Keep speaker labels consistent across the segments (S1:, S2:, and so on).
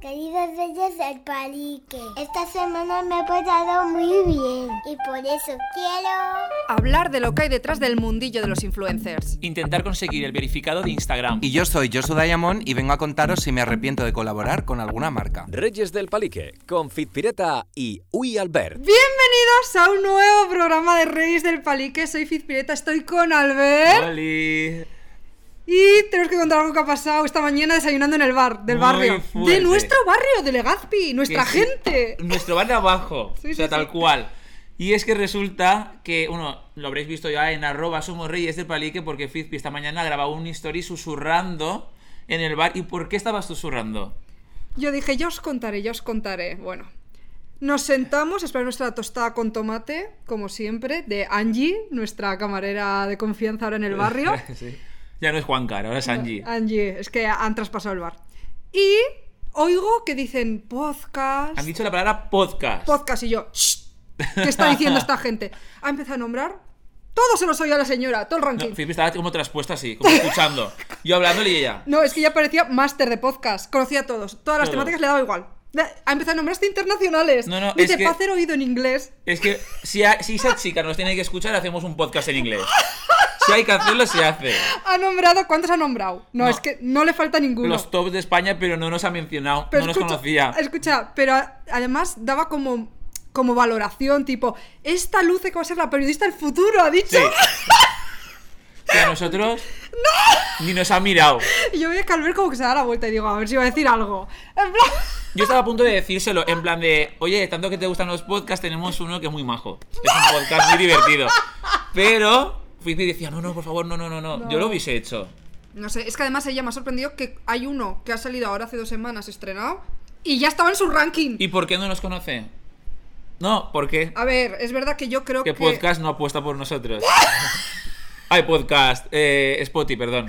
S1: Queridas Reyes del Palique, esta semana me ha pasado muy bien y por eso quiero...
S2: Hablar de lo que hay detrás del mundillo de los influencers.
S3: Intentar conseguir el verificado de Instagram.
S4: Y yo soy Josu Diamond y vengo a contaros si me arrepiento de colaborar con alguna marca.
S5: Reyes del Palique, con Fitpireta y Uy Albert.
S2: Bienvenidos a un nuevo programa de Reyes del Palique. Soy Fizpireta, estoy con
S3: ¿Eh?
S2: Albert.
S3: ¡Oli!
S2: Y tenemos que contar algo que ha pasado esta mañana desayunando en el bar del
S3: Muy
S2: barrio.
S3: fuerte.
S2: De nuestro barrio, de Legazpi, nuestra
S3: Que sí.
S2: gente.
S3: Nuestro bar de abajo.
S2: Sí,
S3: o sea,
S2: sí,
S3: tal
S2: sí.
S3: cual. Y es que resulta que, bueno, lo habréis visto ya en arroba somos reyes del palique porque Fizpi esta mañana grababa un story susurrando en el bar. ¿Y por qué estabas susurrando?
S2: Yo dije, ya os contaré, ya os contaré. Bueno, nos sentamos a esperar nuestra tostada con tomate, como siempre, de Angie, nuestra camarera de confianza ahora en el barrio.
S3: Sí. Ya no es Juan Car, ahora es Angie.
S2: Angie, es que han traspasado el bar. Y oigo que dicen podcast,
S3: Han dicho la palabra podcast.
S2: podcast, y yo, "Shh, ¿qué está diciendo esta gente? Ha empezado a nombrar, todo se los oía a la señora, todo el
S3: No,
S2: ranking.
S3: Fizpi estaba como traspuesta así, como escuchando. Yo hablándole y ella.
S2: No, es que ya parecía máster de podcast. Conocía a todos. Todas las
S3: Todos.
S2: temáticas le daba igual. Da- Ha empezado a nombrar hasta internacionales.
S3: No, no,
S2: Dice,
S3: es que-
S2: para hacer oído en inglés.
S3: Es que si, a- si esa chica nos tiene que escuchar, hacemos un podcast en inglés. Si hay que hacerlo, se hace.
S2: Ha nombrado... ¿Cuántos ha nombrado? No,
S3: No.
S2: es que no le falta ninguno.
S3: Los tops de España, pero no nos ha mencionado,
S2: Pero
S3: no nos
S2: escucha-
S3: conocía.
S2: Escucha, pero a- además daba como, como valoración, tipo... Esta Luce que va a ser la periodista del futuro, ha dicho.
S3: Sí. Que a nosotros ni nos ha mirado.
S2: Y yo veía que Albert como que se da la vuelta y digo, a ver si va a decir algo. En plan...
S3: Yo estaba a punto de decírselo, en plan de, oye, tanto que te gustan los podcasts, tenemos uno que es muy majo. Es un podcast muy divertido. Pero Fifi decía, no, no, por favor, no, no, no, no. Yo lo hubiese hecho.
S2: No sé, es que además ella me ha sorprendido que hay uno que ha salido ahora hace dos semanas estrenado y ya estaba en su ranking.
S3: ¿Y por qué no nos conoce? No, ¿por qué?
S2: A ver, es verdad que yo creo
S3: Que pues,
S2: que.
S3: podcast no apuesta por nosotros. Ay, podcast. Eh, Spotify, perdón.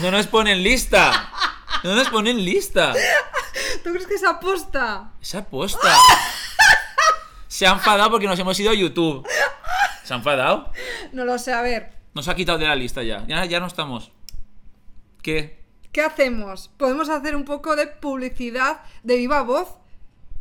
S3: No nos ponen lista. No nos ponen lista.
S2: ¿Tú crees que es aposta?
S3: Esa aposta. Se ha enfadado porque nos hemos ido a YouTube. ¿Se ha enfadado?
S2: No lo sé, a ver.
S3: Nos ha quitado de la lista ya. Ya, ya no estamos. ¿Qué?
S2: ¿Qué hacemos? Podemos hacer un poco de publicidad de viva voz.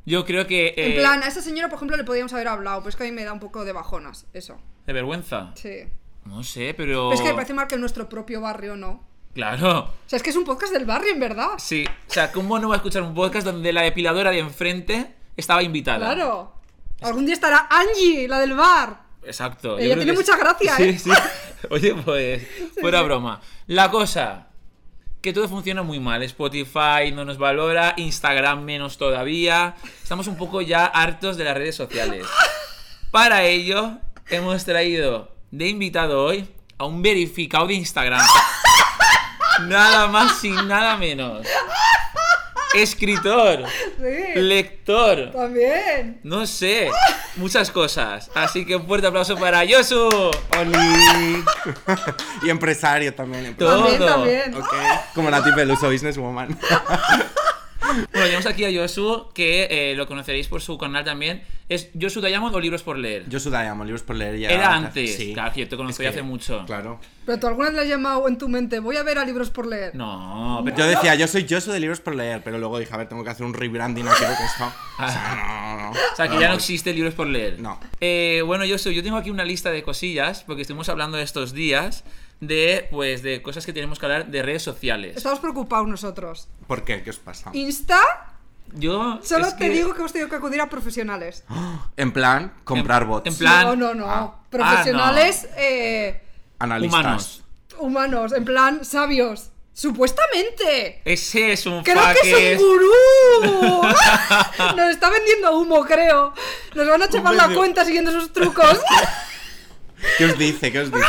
S3: Yo creo que.
S2: En
S3: eh,
S2: plan, a esta señora, por ejemplo, le podíamos haber hablado, pues que a mí me da un poco de bajonas, eso.
S3: De vergüenza.
S2: Sí.
S3: No sé, pero.
S2: Pero es que me parece mal que en nuestro propio barrio no.
S3: Claro.
S2: O sea, es que es un podcast del barrio, en verdad.
S3: Sí. O sea, ¿cómo no va a escuchar un podcast donde la depiladora de enfrente estaba invitada?
S2: Claro. Algún día estará Angie, la del bar.
S3: Exacto. yo
S2: Ella
S3: creo
S2: tiene
S3: que
S2: mucha
S3: es-
S2: gracia,
S3: Sí,
S2: ¿eh?
S3: sí. Oye, pues, fuera broma. La cosa, que todo funciona muy mal. Spotify no nos valora, Instagram menos todavía. Estamos un poco ya hartos de las redes sociales. Para ello, hemos traído de invitado hoy a un verificado de Instagram. Nada más y nada menos. Escritor,
S2: Sí.
S3: lector,
S2: También.
S3: no sé, muchas cosas. Así que un fuerte aplauso para Yosu.
S4: Oli. y empresario también. empresario.
S2: También,
S3: Todo.
S2: también.
S4: Ok. Como la tipa del uso businesswoman.
S3: Bueno, tenemos aquí a Yosu, que eh, lo conoceréis por su canal también. ¿Es Yosu Diamond o Libros por Leer?
S4: Yo soy Diamond, libros por leer ya.
S3: Era antes.
S4: Sí.
S3: Claro, que yo te conocí
S4: que-
S3: hace mucho.
S4: Claro.
S2: Pero tú alguna vez le has llamado en tu mente, voy a ver a libros por leer.
S3: No, pero
S4: Yo decía, yo soy yo soy de libros por leer, pero luego dije, a ver, tengo que hacer un rebranding aquí porque esto. O sea, no, no, no.
S3: O sea, que ya no existe libros por leer.
S4: No.
S3: Eh, bueno, yo yo tengo aquí una lista de cosillas, porque estuvimos hablando estos días de, pues, de cosas que tenemos que hablar de redes sociales.
S2: Estamos preocupados nosotros.
S4: ¿Por qué? ¿Qué os pasa?
S2: Insta,
S3: Yo
S2: solo
S3: es
S2: te digo que hemos tenido que acudir a profesionales.
S4: En plan, comprar
S3: En-
S4: bots.
S3: en plan-
S2: No,
S3: Ah,
S2: no, no.
S4: Ah.
S2: Profesionales eh,
S4: Analistas.
S3: humanos.
S2: humanos, en plan sabios. Supuestamente.
S3: Ese es un
S2: Creo
S3: fucking-
S2: que es un gurú. Nos está vendiendo humo, creo. Nos van a chapar la
S4: medio.
S2: cuenta siguiendo sus trucos.
S4: ¿Qué os dice? ¿Qué os dice?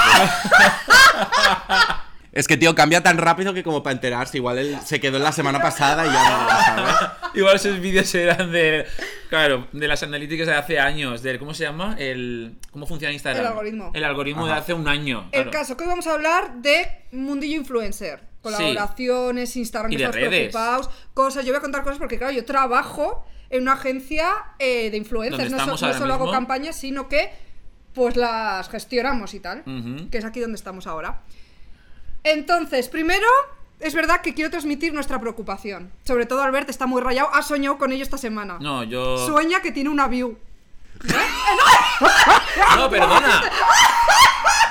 S4: es que, tío, cambia tan rápido que como para enterarse. Igual él se quedó en la semana pasada y ya no lo sabe.
S3: Igual sus vídeos eran de. Claro, de las analíticas de hace años. Del, ¿Cómo se llama? El, ¿Cómo funciona Instagram?
S2: El algoritmo.
S3: El algoritmo de
S4: Ajá.
S3: hace un año.
S2: El
S3: claro.
S2: caso que hoy vamos a hablar de mundillo influencer. Colaboraciones, Instagram,
S3: Y
S2: que
S3: de
S2: estamos
S3: redes.
S2: preocupados, cosas. Yo voy a contar cosas porque, claro, yo trabajo en una agencia eh, de influencers.
S3: Donde
S2: No, so-
S3: estamos
S2: no
S3: ahora
S2: solo hago
S3: mismo.
S2: campañas, sino que pues las gestionamos y tal.
S3: Ujú.
S2: Que es aquí donde estamos ahora. Entonces, primero, Es verdad que quiero transmitir nuestra preocupación. Sobre todo Albert está muy rayado. Ha soñado con ello esta semana.
S3: No, yo.
S2: Sueña que tiene una view.
S3: No, perdona.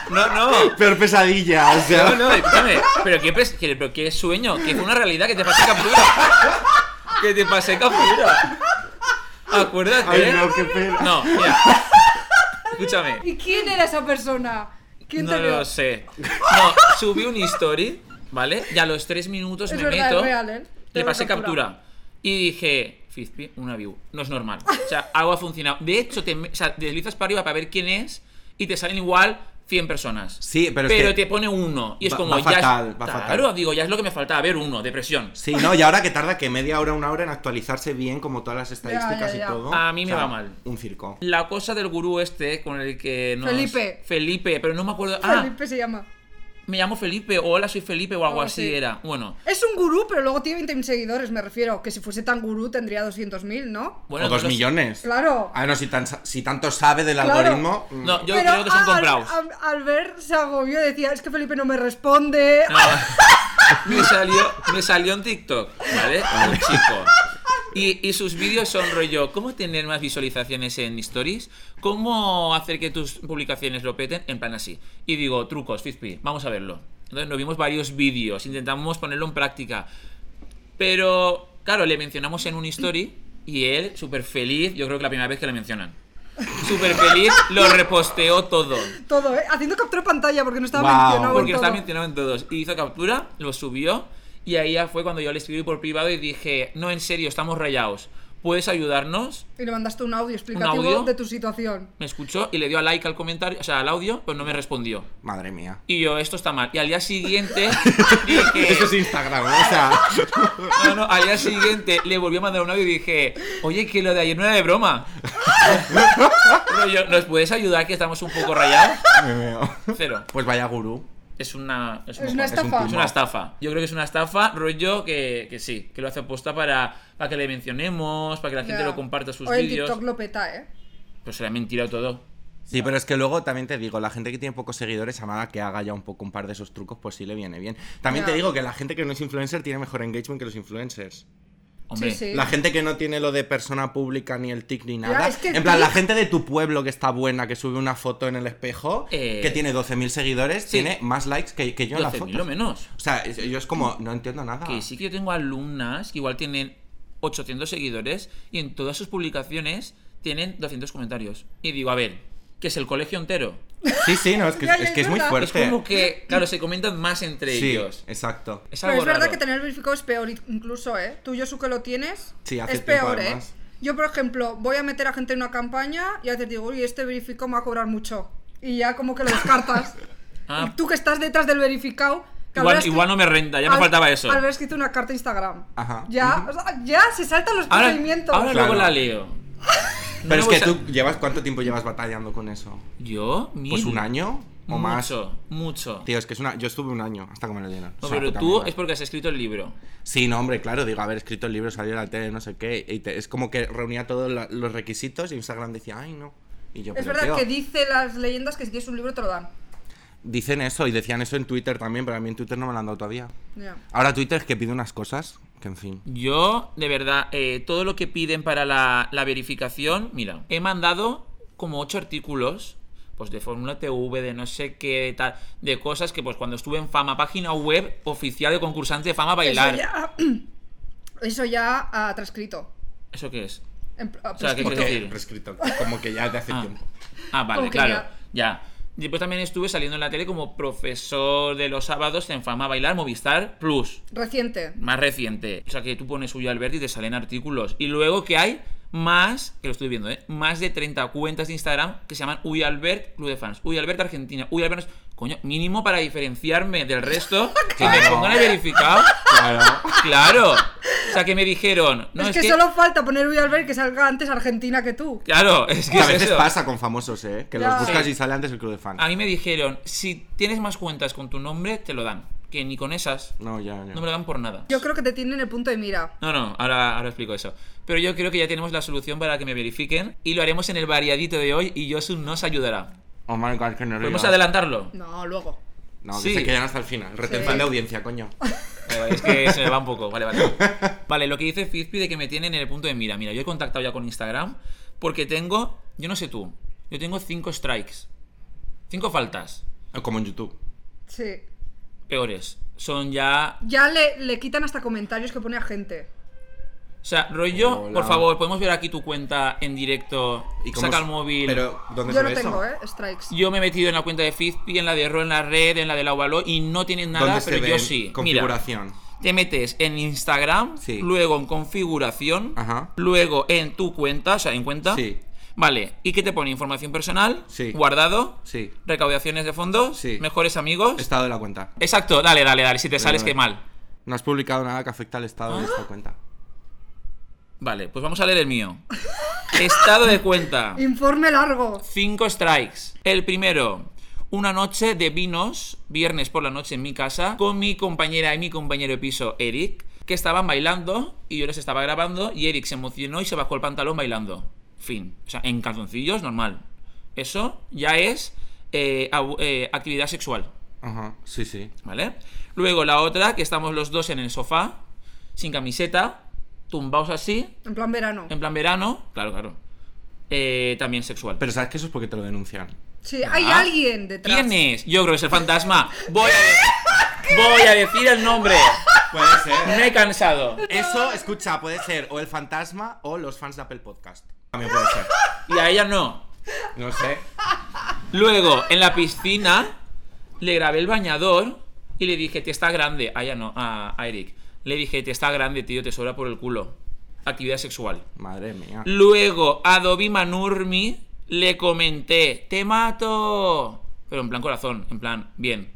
S3: No, no.
S4: Peor pesadilla, o
S3: No,
S4: sea.
S3: no, escúchame. Pero qué, pes- que- pero qué sueño, que fue una realidad que te pasé captura. Que te pasé captura. Acuérdate.
S4: Ay,
S3: ¿eh?
S4: no, qué pena.
S3: No, mira. Escúchame.
S2: ¿Y quién era esa persona? ¿Quién
S3: No
S2: te vio?
S3: lo sé. No, subí un story, ¿vale? Y a los tres minutos
S2: Es
S3: me
S2: verdad,
S3: meto.
S2: es real, ¿eh?
S3: Le
S2: Tengo
S3: pasé
S2: captura.
S3: captura. Y dije, Fizpi, una view. No es normal. O sea, algo ha funcionado. De hecho, te, me- o sea, deslizas para arriba para ver quién es y te salen igual 100 personas.
S4: Sí, pero es que-
S3: te pone uno. Y es
S4: Va-
S3: como
S4: va
S3: ya.
S4: fatal,
S3: es,
S4: va fatal.
S3: Claro, digo, ya es lo que me faltaba, ver uno, depresión.
S4: Sí, no, y ahora que tarda que media hora, una hora en actualizarse bien, como todas las estadísticas
S2: ya, ya.
S4: y todo.
S3: A mí me va mal.
S4: Un circo.
S3: La cosa del gurú este con el que nos...
S2: Felipe.
S3: Felipe, pero no me acuerdo. Ah,
S2: Felipe se llama.
S3: me llamo Felipe, o hola, soy Felipe, o
S2: Algo
S3: algo así
S2: así.
S3: era. Bueno.
S2: Es un gurú, pero luego tiene 20.000 seguidores, me refiero. Que si fuese tan gurú tendría 200.000, ¿no?
S3: bueno
S4: o dos
S3: no lo sé.
S4: millones.
S2: Claro.
S4: Ah, no, si, tan, sa- si tanto sabe del
S2: Claro.
S4: algoritmo. mm.
S3: No, yo
S2: Pero ah,
S3: creo que son
S2: Al-
S3: comprados.
S2: Al- Albert se agobió, decía, es que Felipe no me responde.
S3: Ah. No. me, salió, me salió en TikTok, ¿vale? Un chico. Y, y sus vídeos son rollo, ¿cómo tener más visualizaciones en stories? ¿Cómo hacer que tus publicaciones lo peten? En plan así. Y digo, trucos, Fizpi, vamos a verlo. Entonces nos vimos varios vídeos, intentamos ponerlo en práctica. Pero, claro, le mencionamos en un story y él, súper feliz, yo creo que la primera vez que le mencionan. Súper feliz, lo reposteó todo.
S2: Todo, ¿eh? Haciendo captura de pantalla porque no estaba
S4: Guau.
S2: mencionado. en
S3: Porque
S2: todo.
S3: estaba mencionado en todos. Y hizo captura, lo subió. Y ahí ya fue cuando yo le escribí por privado y dije: No, en serio, estamos rayados. ¿Puedes ayudarnos?
S2: Y le mandaste un audio explicativo
S3: audio?
S2: de tu situación.
S3: Me escuchó y le dio a like al comentario, o sea, al audio, pero no me respondió.
S4: Madre mía.
S3: Y yo, esto está mal. Y al día siguiente dije.
S4: Esto es Instagram, ¿no? o sea.
S3: No, no, al día siguiente le volvió a mandar un audio y dije, oye, que lo de ayer no era de broma. Rollo, ¿Nos puedes ayudar que estamos un poco rayados?
S4: me veo.
S3: Cero.
S4: Pues vaya gurú.
S3: Es una. un
S2: Es una
S3: poco-
S2: estafa.
S3: Es una estafa. Yo creo que es una estafa, rollo que, que sí, que lo hace aposta para, para que le mencionemos, para que la gente
S2: Ya.
S3: lo comparta sus
S2: o en TikTok
S3: vídeos.
S2: lo peta, ¿eh?
S3: Pues será mentira todo.
S4: Sí, pero es que luego también te digo, la gente que tiene pocos seguidores, a nada que haga ya un poco un par de esos trucos, pues sí le viene bien. También
S2: Ya.
S4: te digo que la gente que no es influencer tiene mejor engagement que los influencers.
S3: Hombre,
S2: Sí, sí.
S4: La gente que no tiene lo de persona pública ni el tic ni nada.
S2: es que el
S4: en plan, la
S2: tic-
S4: gente de tu pueblo que está buena, que sube una foto en el espejo,
S3: Eh,
S4: que tiene 12.000 seguidores,
S3: sí.
S4: tiene más likes que, que yo en la
S3: 12.000
S4: foto. Ah.
S3: lo menos.
S4: O sea, es- yo es como, no entiendo nada.
S3: Que sí que yo tengo alumnas que igual tienen 800 seguidores y en todas sus publicaciones tienen 200 comentarios. Y digo, a ver, que es el colegio entero.
S4: Sí, sí, no, es que,
S2: Ya,
S4: es,
S2: ya,
S4: que es
S2: es
S4: muy
S2: verdad.
S3: Es
S4: fuerte.
S3: como que, claro, se comentan más entre
S4: sí,
S3: ellos.
S4: exacto.
S3: Es
S2: Pero
S3: algo
S2: es verdad
S3: raro.
S2: que tener el verificado es peor i- incluso, ¿eh? Tú, Josu, que lo tienes,
S4: Sí, hace
S2: es
S4: tiempo,
S2: peor, ¿eh?
S4: además.
S2: Yo, por ejemplo, voy a meter a gente en una campaña y a veces digo, uy, este verificado me va a cobrar mucho. Y ya como que lo descartas.
S3: Ah.
S2: Y tú que estás detrás del verificado... que
S3: Igual,
S2: habrás escri-
S3: igual no me renta, ya me
S2: al-
S3: faltaba eso.
S2: Haber escrito una carta a Instagram.
S4: Ajá.
S2: Ya, o sea, ya se saltan los
S3: Ahora,
S2: procedimientos.
S3: ahora luego
S4: Claro.
S3: la leo. No
S4: Pero es que
S3: voy a-
S4: tú llevas, ¿cuánto tiempo llevas batallando con eso?
S3: ¿Yo? Mil.
S4: Pues un año o más.
S3: Mucho, mucho.
S4: Tío, es que es una. Yo estuve un año hasta que me lo dieron.
S3: No,
S4: Es una
S3: pero
S4: puta
S3: tú
S4: mierda.
S3: es porque has escrito el libro.
S4: Sí, no, hombre, claro, digo, haber escrito el libro, salió a la tele, no sé qué. Y te- es como que reunía todos la- los requisitos y Instagram decía, ay, no. Y yo,
S2: Es
S4: pero,
S2: verdad
S4: tío,
S2: que dice las leyendas que si tienes un libro te lo dan.
S4: dicen eso y decían eso en Twitter también, pero a mí en Twitter no me lo han dado todavía.
S2: Ya.
S4: Ahora Twitter es que pide unas cosas que, en fin.
S3: Yo, de verdad, eh, todo lo que piden para la, la verificación, mira, he mandado como ocho artículos, pues de Fórmula TV, de no sé qué, de tal, de cosas que pues cuando estuve en Fama, página web oficial de concursante de Fama Bailar.
S2: Eso
S3: ¿Eso,
S2: ya, eso ya ha transcrito.
S3: qué es?
S2: En- ha
S3: sea, que-
S2: prescrito.
S3: Porque- decir?
S4: prescrito, como que ya de hace
S3: Ah.
S4: este tiempo.
S3: Ah, vale,
S2: Como que
S3: claro,
S2: ya.
S3: ya. Después también estuve saliendo en la tele como profesor de los sábados en Fama Bailar Movistar Plus.
S2: Reciente.
S3: más reciente. O sea, que tú pones suyo Alberti y te salen artículos. Y luego que hay más, que lo estoy viendo, ¿eh? Más de 30 cuentas de Instagram que se llaman Uy Albert Club de Fans, Uy Albert Argentina, Uy Albert... no sé- Coño, mínimo para diferenciarme del resto, que me
S4: Claro.
S3: pongan el verificado.
S4: Claro.
S3: Claro. O sea, que me dijeron... No,
S2: es, que, solo falta poner Uy Albert que salga antes Argentina que tú.
S3: Claro, es que
S4: Que a
S3: es
S4: veces
S3: eso.
S4: pasa con famosos, ¿eh? Que
S2: Ya.
S4: los buscas
S3: Sí. Ah.
S4: y sale antes el club de fans.
S3: A mí me dijeron, si tienes más cuentas con tu nombre, te lo dan. Que ni con esas,
S4: No, ya, ya.
S3: no me lo dan por nada.
S2: Yo creo que te tienen el punto de mira.
S3: No, no, ahora, ahora explico eso. Pero yo creo que ya tenemos la solución para que me verifiquen y lo haremos en el variadito de hoy y Josu nos ayudará.
S4: Oh my god, que no
S3: ¿Podemos
S4: río.
S3: adelantarlo?
S2: No, luego.
S4: No, que
S3: Sí.
S4: se quedan hasta el final. Retención
S2: Sí.
S4: de audiencia, coño.
S3: Vale, vale, Eh, es que se me va un poco. Vale, vale. Vale, lo que dice Fizpi de que me tienen en el punto de mira. Mira, yo he contactado ya con Instagram porque tengo, yo no sé tú, yo tengo cinco strikes. Cinco faltas.
S4: Como en YouTube.
S2: Sí.
S3: Peores. Son ya.
S2: Ya le, le quitan hasta comentarios que pone a gente.
S3: O sea, rollo,
S4: Hola.
S3: por favor, podemos ver aquí tu cuenta en directo.
S4: cómo
S3: Saca
S4: es-
S3: el móvil.
S4: Pero, ¿dónde
S2: Yo
S4: se
S2: no
S4: ve eso?
S2: tengo, ¿eh? Strikes.
S3: Yo me he metido en la cuenta de Fizpi, en la de Ro, en la red, en la de la Ubaló y no tienen nada,
S4: ¿Dónde se
S3: pero
S4: ve
S3: yo
S4: en
S3: sí. Mira,
S4: Configuración.
S3: te metes en Instagram,
S4: Sí.
S3: luego en configuración,
S4: Ajá.
S3: luego en tu cuenta, o sea, en cuenta.
S4: Sí.
S3: Vale, ¿y qué te pone? Información personal,
S4: Sí.
S3: guardado,
S4: Sí.
S3: recaudaciones de fondos,
S4: Sí.
S3: mejores amigos.
S4: Estado de la cuenta.
S3: Exacto, dale, dale, dale, si te sales,
S4: vale.
S3: qué mal.
S4: No has publicado nada que afecte al estado de esta
S2: Ah.
S4: cuenta.
S3: Vale, pues vamos a leer el mío. Estado de cuenta.
S2: Informe largo.
S3: Cinco strikes. El primero, una noche de vinos, viernes por la noche en mi casa, con mi compañera y mi compañero de piso, Eric, que estaban bailando y yo les estaba grabando y Eric se emocionó y se bajó el pantalón bailando. Fin. O sea, en calzoncillos, normal. Eso ya es eh, abu- eh, actividad sexual.
S4: Ajá. Sí, sí.
S3: ¿Vale? Luego la otra, que estamos los dos en el sofá, sin camiseta, tumbados así,
S2: En plan verano.
S3: en plan verano. Claro, claro. Eh, también sexual.
S4: Pero sabes que eso es porque te lo denuncian.
S2: Sí, hay
S3: Ah.
S2: alguien detrás.
S3: ¿Quién es? Yo creo que es el fantasma. Voy a, voy a decir el nombre.
S4: Puede ser.
S3: Me he cansado.
S4: Eso, escucha, puede ser o el fantasma o los fans de Apple Podcast. También puede ser.
S3: Y a ella no.
S4: No sé.
S3: Luego, en la piscina, le grabé el bañador y le dije, te está grande. A ella no, a, a Eric. Le dije, te está grande, tío, te sobra por el culo. Actividad sexual.
S4: Madre mía.
S3: Luego, a Dobby Manurmi le comenté, te mato. Pero en plan corazón, en plan, bien.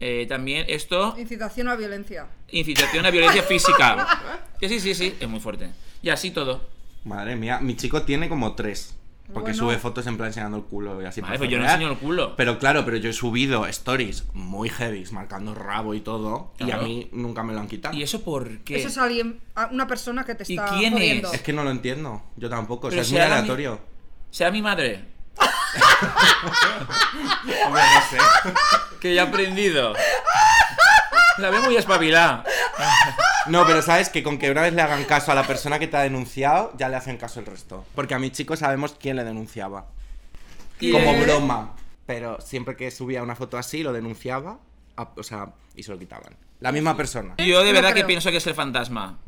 S3: Eh, también esto
S2: Incitación a la violencia.
S3: Incitación a violencia física. Que sí, sí, sí, es muy fuerte. Y así todo.
S4: Madre mía. Mi chico tiene como tres. Porque
S2: Bueno.
S4: sube fotos en plan enseñando el culo y así.
S3: Vale,
S4: por
S3: pues yo no
S4: fuera.
S3: enseño el culo.
S4: Pero claro, pero yo he subido stories muy heavy, marcando rabo y todo. Y
S3: Claro.
S4: a mí nunca me lo han quitado.
S3: ¿Y eso por qué?
S2: Eso es alguien, a- una persona que te
S3: ¿Y
S2: está
S3: quién es?
S2: jodiendo.
S4: Es que no lo entiendo. Yo tampoco. O sea,
S3: Pero
S4: es
S3: si
S4: muy
S3: ahora mi-
S4: aleatorio.
S3: Será mi madre.
S4: Hombre, no sé.
S3: Que ya ha aprendido. La veo muy espabilada.
S4: No, pero sabes que con que una vez le hagan caso a la persona que te ha denunciado, ya le hacen caso el resto. Porque a mi chico sabemos quién le denunciaba.
S3: ¿Quién?
S4: Como broma. Pero siempre que subía una foto así, lo denunciaba. a- o sea, y se lo quitaban. La misma persona.
S3: Yo de
S2: No
S3: verdad que
S2: creo.
S3: pienso que es el fantasma.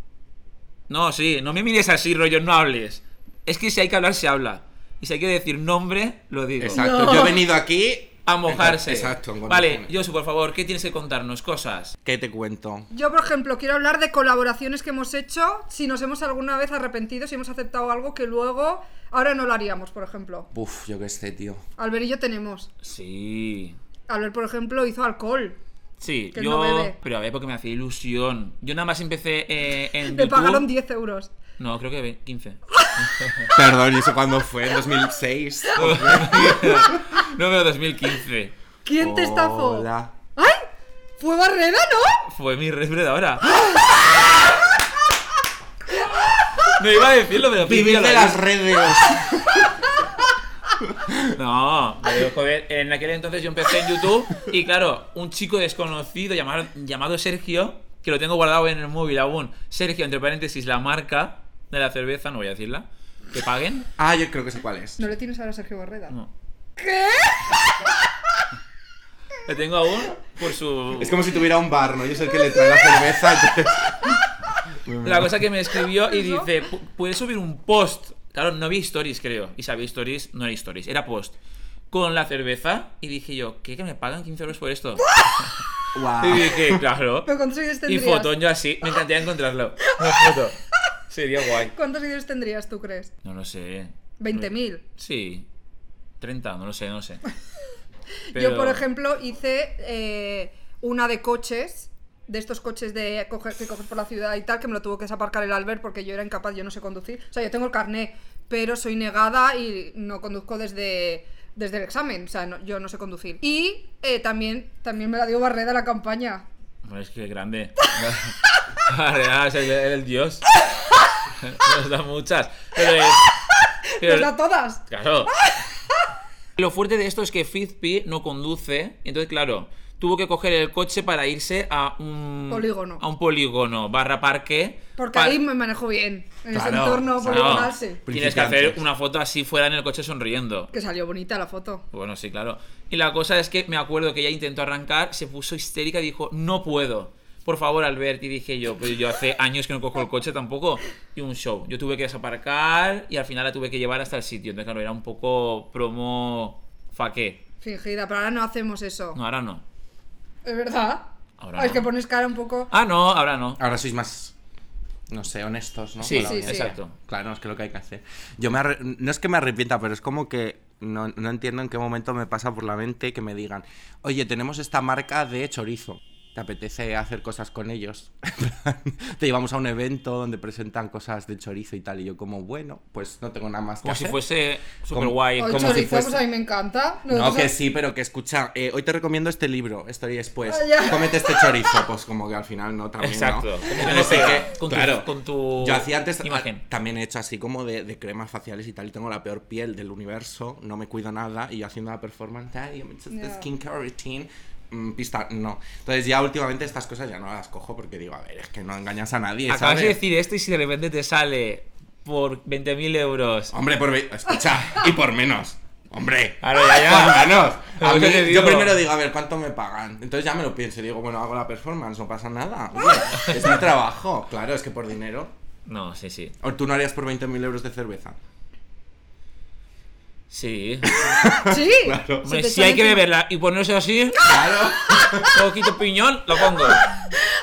S3: No, sí, no me mires así, rollo, no hables. Es que si hay que hablar, se habla. Y si hay que decir nombre, lo digo.
S4: Exacto.
S2: No.
S4: Yo he venido aquí
S3: A mojarse.
S4: Exacto. en
S3: Vale,
S4: condiciones.
S3: Josu, por favor, ¿qué tienes que contarnos? Cosas.
S4: ¿Qué te cuento?
S2: Yo, por ejemplo, quiero hablar de colaboraciones que hemos hecho, si nos hemos alguna vez arrepentido, si hemos aceptado algo que luego ahora no lo haríamos, por ejemplo.
S4: Uf, yo qué sé, tío.
S2: Albert y yo tenemos.
S3: Sí.
S2: Albert, por ejemplo, hizo alcohol.
S3: Sí,
S2: Que
S3: yo.
S2: no bebe.
S3: Pero a ver, porque me hacía ilusión. Yo nada más empecé eh, en.
S2: Le
S3: YouTube.
S2: pagaron 10 euros.
S3: No, creo que ve- 15.
S4: Perdón, ¿y eso cuándo fue? ¿En 2006?
S3: No veo 2015.
S2: ¿Quién te estafó?
S4: Hola.
S2: ¿Fue Barreda, no?
S3: Fue mi red ahora. No iba a decirlo, pero
S4: Vivir de las redes.
S3: No, pero, joder, en aquel entonces yo empecé en YouTube y claro, un chico desconocido llamado, llamado Sergio, que lo tengo guardado en el móvil aún, Sergio, entre paréntesis, la marca de la cerveza, no voy a decirla, que paguen.
S4: Ah, yo creo que sé cuál es.
S2: No le tienes ahora a Sergio Barreda.
S3: No. ¿Qué? Lo tengo aún por su...
S4: Es como si tuviera un bar, ¿no? Yo soy el que le trae la cerveza. entonces-
S3: La cosa que me escribió y dice, "Pu- ¿puedes subir un post? Claro, no vi stories, creo. Y si había stories, no era stories, era post. Con la cerveza. Y dije yo, ¿qué? ¿Que me pagan 15 euros por esto? Y
S4: Guau.
S3: dije, claro.
S2: ¿Pero cuántos vídeos
S3: Y
S2: tendrías?
S3: fotón yo así. Me encantaría encontrarlo. Una foto. Sería guay.
S2: ¿Cuántos vídeos tendrías, tú crees?
S3: No lo sé.
S2: 20.000.
S3: Sí. 30, no lo sé, no lo sé.
S2: Yo,
S3: Pero-
S2: por ejemplo, hice eh, una de coches, de estos coches de coger, que coges por la ciudad y tal, que me lo tuvo que desaparcar el Albert porque yo era incapaz, yo no sé conducir. O sea, yo tengo el carné, pero soy negada y no conduzco desde, desde el examen. O sea, no- yo no sé conducir. Y eh, también, también me la dio Barreda la campaña.
S3: Hombre, Es que grande. Real, es el, el dios. Nos da muchas. Pero es- pero-
S2: Nos da Pues todas.
S3: Claro. Lo fuerte de esto es que Fizpi no conduce. Entonces, claro, tuvo que coger el coche para irse a un
S2: Polígono.
S3: a un polígono barra parque.
S2: Porque
S3: para-
S2: ahí me manejo bien. En ese
S4: Claro,
S2: entorno
S4: no,
S2: poligonal,
S3: No,
S2: sí.
S3: tienes que hacer
S4: Principiantes.
S3: una foto así fuera en el coche sonriendo.
S2: Que salió bonita la foto.
S3: Bueno, sí, claro. Y la cosa es que me acuerdo que ella intentó arrancar, se puso histérica y dijo, no puedo. Por favor, Albert. Y dije yo, pues yo hace años que no cojo el coche tampoco. Y un show. Yo tuve que desaparcar y al final la tuve que llevar hasta el sitio. Entonces, claro, era un poco promo faqué.
S2: Fingida, pero ahora no hacemos eso.
S3: No, ahora no.
S2: Es verdad.
S3: Ahora
S2: Ah, es
S3: no.
S2: que pones cara un poco.
S3: Ah, no, ahora no.
S4: Ahora sois más, no sé, honestos, ¿no?
S3: Sí,
S4: Con la
S2: sí,
S4: audiencia.
S3: sí. exacto.
S4: Claro, es que lo que hay que hacer. Yo me arre- no es que me arrepienta, pero es como que no, no entiendo en qué momento me pasa por la mente que me digan, oye, tenemos esta marca de chorizo. ¿Te apetece hacer cosas con ellos? Te llevamos a un evento donde presentan cosas de chorizo y tal. Y yo como, bueno, pues no tengo nada más que
S3: Como si
S4: hacer.
S3: fuese super
S2: Hoy
S3: guay.
S4: Ay,
S3: Como
S4: chorizo.
S3: si...
S4: si
S2: chorizamos,
S4: fuese-
S2: a mí me encanta.
S4: No,
S2: Nosotros-
S4: que sí, pero que escucha, eh, hoy te recomiendo este libro, Estoy después.
S2: Ah, ya.
S4: Cómete este chorizo, pues como que al final no, también
S3: Exacto.
S4: no.
S3: Como que
S4: No sé
S3: no
S4: qué,
S3: pega con tu-
S4: claro.
S3: con tu
S4: Yo hacía antes, ah,
S3: imagen.
S4: también he hecho así como de, de cremas faciales y tal, y tengo la peor piel del universo, no me cuido nada, y yo haciendo la performance, ay, yo me he hecho este
S2: Ya.
S4: skincare routine, mm, pista, no. Entonces ya últimamente estas cosas ya no las cojo porque digo, a ver, es que no engañas a nadie,
S3: Acabas
S4: ¿sabes?
S3: de decir esto y si de repente te sale por 20.000 euros.
S4: Hombre, por... ve- Escucha, y por menos. Hombre,
S3: Claro, ya, ya.
S4: Por menos.
S3: Lo
S4: A
S3: que
S4: mí-
S3: te digo.
S4: yo primero digo, a ver, ¿cuánto me pagan? Entonces ya me lo pienso y digo, bueno, hago la performance, no pasa nada. Oye, es mi trabajo. Claro, es que por dinero.
S3: No, sí, sí.
S4: ¿O tú no harías por 20.000 euros de cerveza?
S3: Sí.
S2: Sí.
S4: Claro.
S3: Hombre,
S2: te
S3: si hay
S2: sale
S3: que
S2: tu-
S3: beberla y ponerse así,
S4: Claro.
S3: poquito piñón, lo pongo.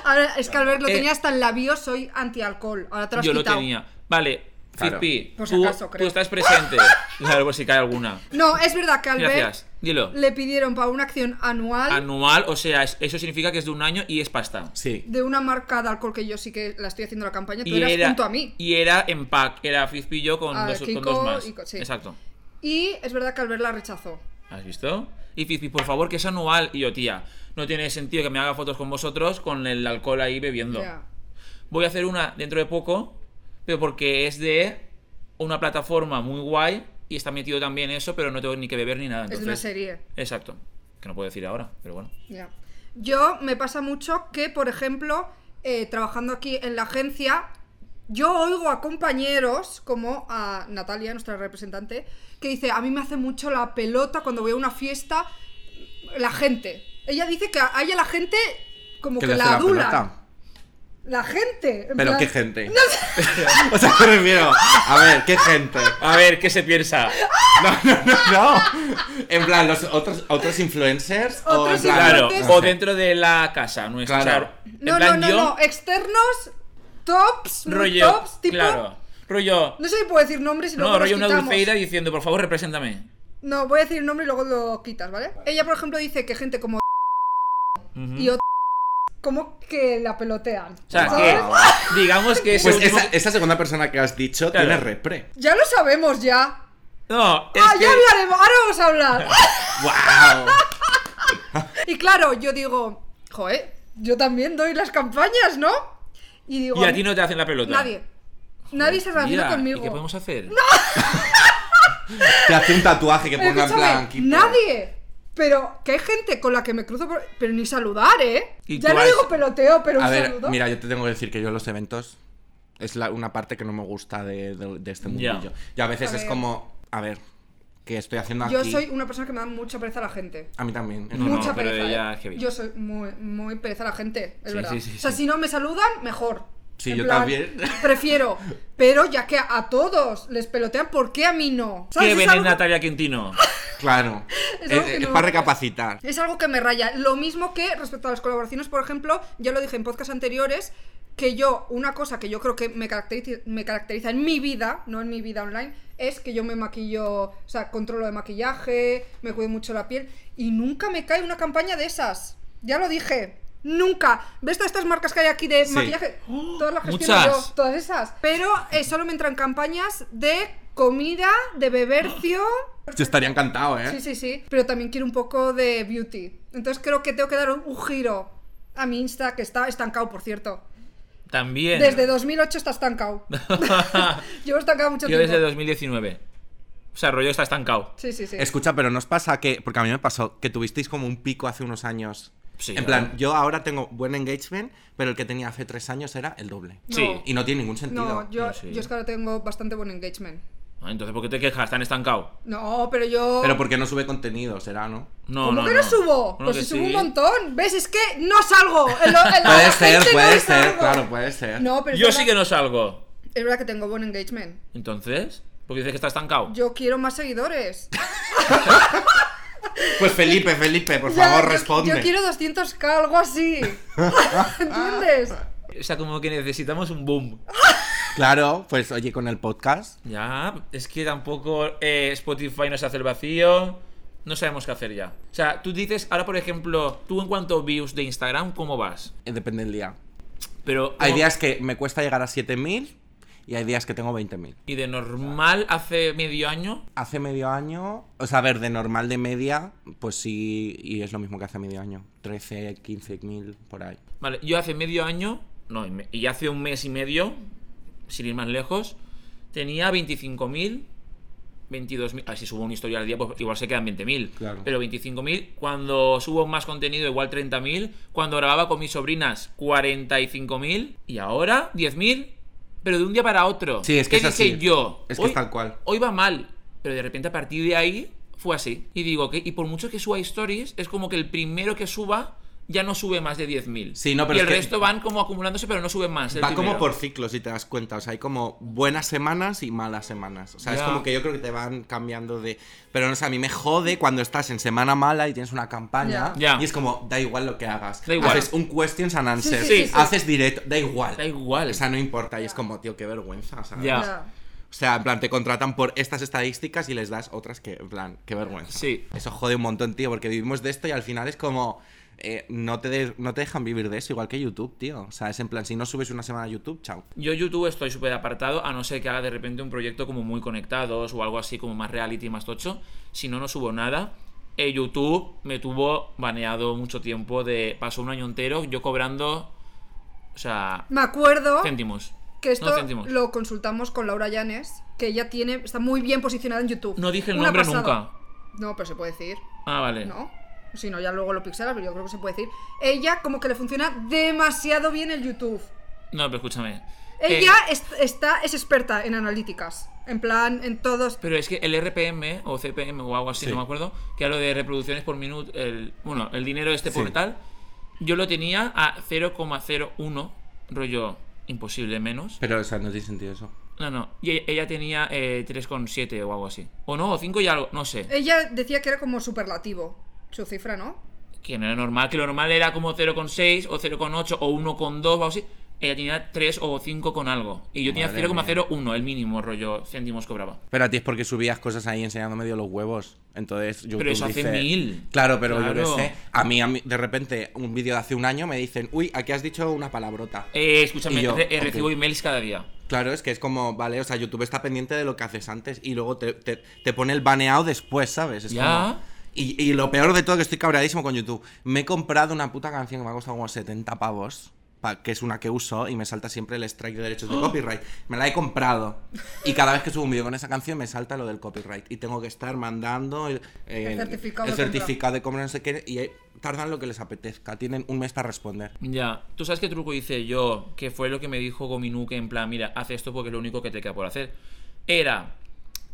S2: Ahora, es que Albert lo
S3: Eh.
S2: tenía hasta en labio, soy antialcohol. Ahora te lo has
S3: Yo lo
S2: quitado.
S3: tenía. Vale,
S4: Claro.
S3: Fizpi,
S2: Por si
S3: tú,
S2: acaso, creo.
S3: tú estás presente. Claro, por si cae alguna.
S2: No, es verdad que Albert
S3: Gracias. Dilo.
S2: le pidieron para una acción anual
S3: Anual, o sea, es- eso significa que es de un año y es pasta.
S4: Sí.
S2: de una marca de alcohol que yo sí que la estoy haciendo la campaña. Tú
S3: Y
S2: eras
S3: era,
S2: junto a mí.
S3: y era en pack, era Fizpi y yo con,
S2: Ah,
S3: dos, con
S2: Kiko
S3: dos más.
S2: y co- sí.
S3: Exacto.
S2: Y es verdad que Albert la rechazó.
S3: ¿Has visto? Y Fizpi, por favor, que es anual. Y yo, tía, no tiene sentido que me haga fotos con vosotros con el alcohol ahí bebiendo.
S2: Ya.
S3: Voy a hacer una dentro de poco, pero porque es de una plataforma muy guay y está metido también eso, pero no tengo ni que beber ni nada.
S2: Es de
S3: Entonces,
S2: una serie.
S3: Exacto. Que no puedo decir ahora, pero bueno.
S2: Ya. Yo me pasa mucho que, por ejemplo, eh, trabajando aquí en la agencia, yo oigo a compañeros, como a Natalia, nuestra representante, que dice, a mí me hace mucho la pelota cuando voy a una fiesta, la gente. Ella dice que a ella la gente como que,
S4: le hace
S2: la adula. La,
S4: pelota.
S2: gente. en
S4: Pero
S2: plan-
S4: qué gente. o sea, me refiero. A ver, qué gente.
S3: A ver, ¿qué se piensa?
S4: No, no, no, no. En plan, los otros, otros influencers o en
S2: Otros
S4: plan-
S3: Claro,
S2: Antes-
S3: o dentro de la casa nuestra.
S4: Claro.
S3: o sea, en
S2: No, no,
S3: plan,
S2: no,
S3: yo,
S2: no. Externos, tops, muy
S3: rollo,
S2: tops, tipo...
S3: claro, rollo,
S2: No sé si puedo decir nombres y
S3: no,
S2: luego los
S3: rollo una
S2: quitamos.
S3: dulceira diciendo, por favor, represéntame.
S2: No, voy a decir el nombre y luego lo quitas, ¿vale? Ella, por ejemplo, dice que gente como y otros como que la pelotean.
S3: O sea,
S2: ¿sabes?
S3: que digamos que ese
S4: Pues
S3: último-
S4: esa, esa segunda persona que has dicho
S3: Claro.
S4: tiene repre.
S2: Ya lo sabemos ya.
S3: No, es
S2: ah,
S3: que-
S2: ya hablaremos, ahora vamos a hablar.
S3: Ah,
S4: ¡Wow!
S2: y claro, yo digo, joe, yo también doy las campañas, ¿no? Y digo,
S3: Y a ti no te hacen la pelota.
S2: nadie. Nadie se relaciona
S3: Mira,
S2: conmigo.
S3: ¿Y qué podemos hacer?
S4: Te hace un tatuaje que ponga en
S2: Eh, Escúchame,
S4: plan.
S3: pues.
S4: Kiko.
S2: nadie. Pero que hay gente con la que me cruzo, por- pero ni saludar, ¿eh?
S3: Y
S2: Ya
S3: tú
S2: no
S3: has-
S2: digo peloteo, pero
S4: A
S2: un
S4: ver,
S2: saludo.
S4: mira, yo te tengo que decir que yo en los eventos es la- una parte que no me gusta de, de- de este
S3: Ya.
S4: mundillo. Yo a veces
S2: A
S4: es
S2: ver.
S4: como, a ver, ¿qué estoy haciendo
S2: yo
S4: aquí?
S2: soy una persona que me da mucha pereza a la gente.
S4: A mí también. es
S3: No,
S4: como-
S2: mucha
S3: pero
S2: pereza.
S3: ella
S2: ¿eh?
S3: es heavy.
S2: Yo soy muy, muy pereza a la gente, es
S3: Sí,
S2: verdad.
S3: sí, sí,
S2: o sea,
S3: sí.
S2: si no me saludan, mejor.
S4: Sí,
S2: En
S4: yo
S2: plan,
S4: también.
S2: Prefiero. Pero ya que a todos les pelotean, ¿por qué a mí no? ¿Sabes?
S3: ¿Qué
S2: Es
S3: ven
S2: algo-
S3: Natalia Quintino?
S4: Claro.
S2: Es
S4: es,
S2: algo que
S4: es
S2: no-
S4: para recapacitar.
S2: Es algo que me raya. Lo mismo que respecto a las colaboraciones, por ejemplo, ya lo dije en podcasts anteriores, que yo, una cosa que yo creo que me caracteriza, me caracteriza en mi vida, no en mi vida online, es que yo me maquillo, o sea, controlo de maquillaje, me cuido mucho la piel, y nunca me cae una campaña de esas. Ya lo dije. Nunca. ¿Ves todas estas marcas que hay aquí de
S4: Sí.
S2: maquillaje? Todas las gestiono
S3: Muchas.
S2: yo, todas esas. Pero eh, solo me entran campañas de comida, de bebercio.
S4: Yo estaría encantado, ¿eh?
S2: Sí, sí, sí. Pero también quiero un poco de beauty. Entonces creo que tengo que dar un, un giro a mi Insta, que está estancado, por cierto.
S3: También.
S2: Desde 2008 está estancado. Llevo estancado mucho
S3: Yo
S2: tiempo.
S3: desde 2019. O sea, rollo está estancado.
S2: Sí, sí, sí.
S4: Escucha, pero nos pasa que, porque a mí me pasó que tuvisteis como un pico hace unos años
S3: Sí,
S4: en plan, yo ahora tengo buen engagement, pero el que tenía hace tres años era el doble.
S3: Sí.
S2: No.
S4: Y no tiene ningún sentido.
S2: No, yo,
S3: Sí.
S2: yo es que ahora tengo bastante buen engagement.
S3: Ah, Entonces, ¿por qué te quejas? ¿Están estancados?
S2: No, pero yo.
S4: Pero porque no sube contenido, será, ¿no?
S3: No,
S2: ¿Cómo
S3: no,
S2: que no, subo?
S3: Bueno,
S2: pues
S3: que
S2: si subo
S3: sí.
S2: un montón. ¿Ves? Es que no salgo. El- el- la
S4: Puede ser,
S2: gente no
S4: puede ser,
S2: salgo.
S4: claro, puede ser.
S2: No, pero es
S3: Yo
S2: verdad-
S3: sí que no salgo.
S2: Es verdad que tengo buen engagement.
S3: Entonces, ¿por qué dices que está estancado?
S2: Yo quiero más seguidores.
S4: Pues Felipe, Felipe, por
S2: Ya,
S4: favor,
S2: yo-
S4: responde.
S2: Yo quiero 200k, algo así. ¿Entiendes?
S3: O sea, como que necesitamos un boom.
S4: Claro, pues oye, con el podcast.
S3: Ya, es que tampoco eh, Spotify nos hace el vacío. No sabemos qué hacer ya. O sea, tú dices, ahora por ejemplo, tú en cuanto a views de Instagram, ¿cómo vas?
S4: eh, Depende del día.
S3: Pero ¿cómo-
S4: Hay días que me cuesta llegar a 7000 y hay días que tengo 20000.
S3: Y de normal hace medio año,
S4: Hace medio año, o sea, a ver, de normal de media, pues sí, y es lo mismo que hace medio año. 13, 15000 por ahí.
S3: vale, yo hace medio año, no, y me- y hace un mes y medio, sin ir más lejos, tenía 25.000, 22.000, a ver, si subo una historia al día, pues igual se quedan 20.000,
S4: Claro.
S3: pero 25.000, cuando subo más contenido igual 30.000, cuando grababa con mis sobrinas 45.000 y ahora 10.000, pero de un día para otro.
S4: Sí, es que
S3: ¿Qué
S4: es
S3: dije
S4: así.
S3: yo?
S4: Es que es tal cual.
S3: hoy va mal, pero de repente a partir de ahí fue así. Y digo que, y por mucho que suba stories, es como que el primero que suba ya no sube más de 10.000.
S4: Sí, no, pero
S3: y
S4: es
S3: el
S4: que-
S3: resto van como acumulándose, pero no suben más. el
S4: Va como
S3: primero.
S4: por ciclos, si te das cuenta. O sea, hay como buenas semanas y malas semanas. O sea, es
S3: Ya.
S4: como que yo creo que te van cambiando de. Pero no sé, a mí me jode cuando estás en semana mala y tienes una campaña.
S3: Ya. Ya.
S4: Y es como, da igual lo que hagas.
S3: Da igual.
S4: Haces un questions and
S2: Sí,
S4: answers.
S2: sí, sí, sí.
S4: Haces directo, da igual.
S3: Da igual.
S4: O sea, no importa. Y es como, tío, qué vergüenza. ¿sabes?
S3: Ya.
S2: Ya.
S4: O sea, en plan, te contratan por estas estadísticas y les das otras que, en plan, qué vergüenza.
S3: Sí.
S4: Eso jode un montón, tío, porque vivimos de esto y al final es como. eh, no, te de- no te dejan vivir de eso, igual que YouTube, tío. O sea, es en plan, si no subes una semana a YouTube, chao.
S3: Yo YouTube estoy súper apartado, a no ser que haga de repente un proyecto como muy conectados o algo así como más reality, más tocho. Si no, no subo nada. Eh, YouTube me tuvo baneado mucho tiempo de... Pasó un año entero yo cobrando... O sea...
S2: Me acuerdo
S3: Céntimos.
S2: que esto
S3: no, céntimos.
S2: lo consultamos con Laura Llanes, que ella tiene, está muy bien posicionada en YouTube.
S3: No dije el
S2: Una
S3: nombre
S2: pasada.
S3: nunca.
S2: No, pero se puede decir.
S3: Ah, vale.
S2: ¿no? Si no, ya luego lo pixelas, pero yo creo que se puede decir. Ella como que le funciona demasiado bien el YouTube.
S3: No, pero escúchame.
S2: Ella
S3: Eh,
S2: es, está, es experta en analíticas. En plan, en todos...
S3: pero es que el RPM o CPM o algo así,
S4: Sí.
S3: no me acuerdo, que a lo de reproducciones por minuto, el, bueno, el dinero este por
S4: Sí.
S3: tal, yo lo tenía a 0,01, rollo imposible menos.
S4: Pero, o sea, no tiene sentido eso.
S3: No, no, y e- ella tenía eh, 3,7 o algo así. O no, o 5 y algo, no sé.
S2: Ella decía que era como superlativo su cifra, ¿no?
S3: Que no era normal, que lo normal era como 0,6 o 0,8 o 1,2 o algo así. Ella tenía 3 o 5 con algo. Y yo
S4: Madre
S3: tenía 0,01, el mínimo rollo céntimos cobraba.
S4: Pero a ti es porque subías cosas ahí enseñando medio los huevos. Entonces, YouTube
S3: eso hace
S4: dice-
S3: mil.
S4: Claro, pero yo
S3: Claro.
S4: qué sé. A mí, a mí, de repente, un vídeo de hace un año me dicen, uy, aquí has dicho una palabrota.
S3: Eh, escúchame,
S4: Y yo,
S3: re- eh,
S4: ok.
S3: recibo emails cada día.
S4: Claro, es que es como, vale, o sea, YouTube está pendiente de lo que haces antes y luego te, te- te pone el baneado después, ¿sabes? Es
S3: Ya.
S4: como- y, y lo peor de todo, que estoy cabreadísimo con YouTube. Me he comprado una puta canción que me ha costado como 70 pavos, pa- que es una que uso y me salta siempre el strike de derechos de copyright. Me la he comprado. Y cada vez que subo un vídeo con esa canción me salta lo del copyright. Y tengo que estar mandando el, el-
S2: El certificado
S4: el
S2: de compra.
S4: certificado de compra, no sé qué, y eh, tardan lo que les apetezca. Tienen un mes para responder.
S3: Ya, tú sabes qué truco hice yo, que fue lo que me dijo Gominu, que en plan, mira, haz esto porque es lo único que te queda por hacer. Era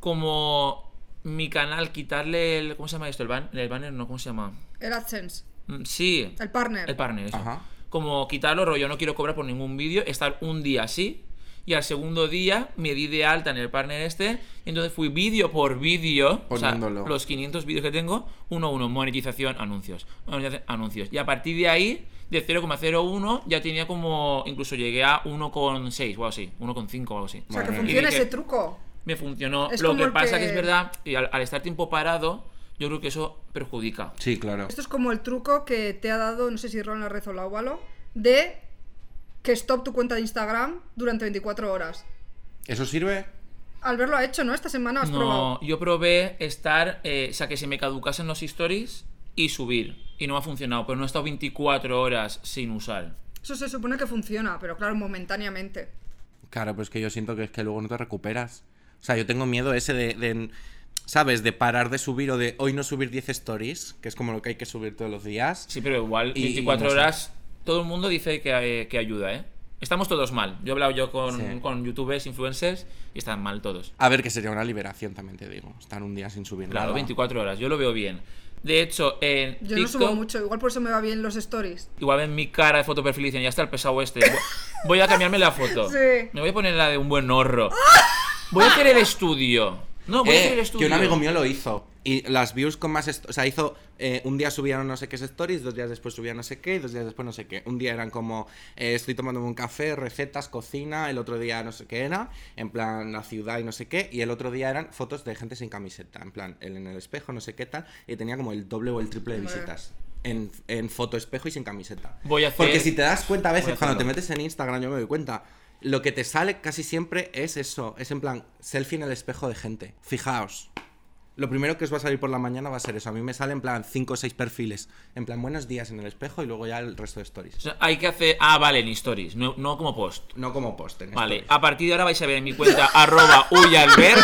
S3: como mi canal, quitarle el. ¿Cómo se llama esto? ¿El, ban- el banner? No, ¿cómo se llama?
S2: El AdSense.
S3: Mm, Sí.
S2: El partner.
S3: El partner, eso.
S4: Ajá.
S3: Como quitarlo, rollo, no quiero cobrar por ningún vídeo, estar un día así. Y al segundo día me di de alta en el partner este. Y entonces fui vídeo por vídeo. o sea,
S4: Poniéndolo.
S3: los 500 vídeos que tengo, uno a uno, monetización, anuncios. monetización, anuncios. Y a partir de ahí, de 0,01, ya tenía como. Incluso llegué a 1,6 o algo así. 1,5 o algo así.
S2: o sea, que
S4: Madre mía.
S2: funciona
S3: Y dije,
S2: ese truco.
S3: Me funcionó.
S2: Es
S3: Lo
S2: como
S3: que
S2: el
S3: pasa que...
S2: que-
S3: es verdad, y al, al estar tiempo parado, yo creo que eso perjudica.
S4: Sí, claro.
S2: Esto es como el truco que te ha dado, no sé si Ron la red o la óvalo, de que stop tu cuenta de Instagram durante 24 horas.
S4: ¿Eso sirve?
S2: Al verlo ha hecho, ¿no? Esta semana has
S3: No,
S2: probado.
S3: yo probé estar, eh, o sea, que se me caducasen los stories y subir. Y no me ha funcionado, pero no he estado 24 horas sin usar.
S2: Eso se supone que funciona, pero claro, momentáneamente.
S4: Claro, pero es que yo siento que es que luego no te recuperas. O sea, yo tengo miedo ese de, de- ¿sabes? De parar de subir o de hoy no subir 10 stories, que es como lo que hay que subir todos los días.
S3: Sí, pero igual,
S4: Y- y
S3: 24
S4: no sé.
S3: horas, todo el mundo dice que, eh, que ayuda, ¿eh? Estamos todos mal. Yo he hablado yo con,
S4: Sí.
S3: con youtubers, influencers, y están mal todos.
S4: A ver, que sería una liberación, también te digo. Estar un día sin subir
S3: Claro,
S4: nada.
S3: 24 horas, yo lo veo bien. De hecho, en
S2: Yo no
S3: TikTok,
S2: subo mucho, igual por eso me va bien los stories.
S3: igual ven mi cara de fotoperfil y dicen, ya está el pesado este. Vo- Voy a cambiarme la foto.
S2: Sí.
S3: Me voy a poner la de un buen horro. Voy a hacer el estudio. No, voy a hacer el
S4: Eh, que
S3: estudio.
S4: un amigo mío lo hizo. Y las views con más... est- O sea, hizo... eh, un día subieron no sé qué stories, dos días después subían no sé qué, y dos días después no sé qué. Un día eran como... eh, estoy tomándome un café, recetas, cocina, el otro día no sé qué era, en plan la ciudad y no sé qué, y el otro día eran fotos de gente sin camiseta, en plan él en el espejo, no sé qué tal, y tenía como el doble o el triple de
S2: Madre.
S4: visitas. En, en foto espejo y sin camiseta.
S3: Voy a hacer-
S4: Porque si te das cuenta a
S3: Voy
S4: veces
S3: a
S4: cuando te
S3: hacerlo.
S4: metes en Instagram, yo me doy cuenta. Lo que te sale casi siempre es eso, es en plan selfie en el espejo de gente. Fijaos. Lo primero que os va a salir por la mañana va a ser eso. A mí me sale en plan 5 o 6 perfiles. En plan buenos días en el espejo y luego ya el resto
S3: O
S4: de stories.
S3: sea, hay que hacer... Ah, vale, en stories, no, no como post.
S4: No como post. en
S3: Vale,
S4: stories.
S3: a partir de ahora vais a ver en mi cuenta arroba huyalbert.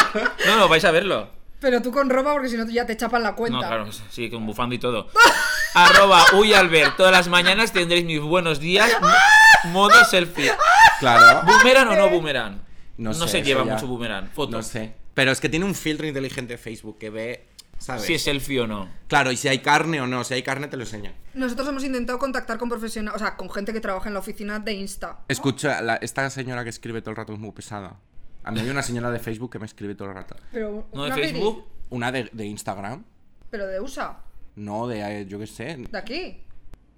S3: No, no, vais a verlo.
S2: Pero tú con ropa, porque si no ya te chapan la cuenta.
S3: No, claro, sí, con bufando y todo. Arroba huyalbert. Todas las mañanas tendréis mis buenos días. Modo selfie.
S4: Claro.
S3: ¿Boomerang o no boomerang?
S4: No, sé,
S3: se
S4: eso
S3: lleva
S4: ya-
S3: mucho boomerang. Foto.
S4: No sé. Pero es que tiene un filtro inteligente Facebook que ve, ¿sabes?
S3: Si es selfie o no.
S4: Claro, y si hay carne o no. Si hay carne te lo enseña.
S2: Nosotros hemos intentado contactar con profesionales, o sea, con gente que trabaja en la oficina de Insta.
S4: Escucha, la- esta señora que escribe todo el rato es muy pesada. A mí hay una señora de Facebook que me escribe todo el rato.
S2: Pero
S3: No de
S2: una
S3: Facebook.
S2: peli,
S4: Una de, de Instagram,
S2: pero de USA,
S4: no de, eh, yo qué sé,
S2: de aquí.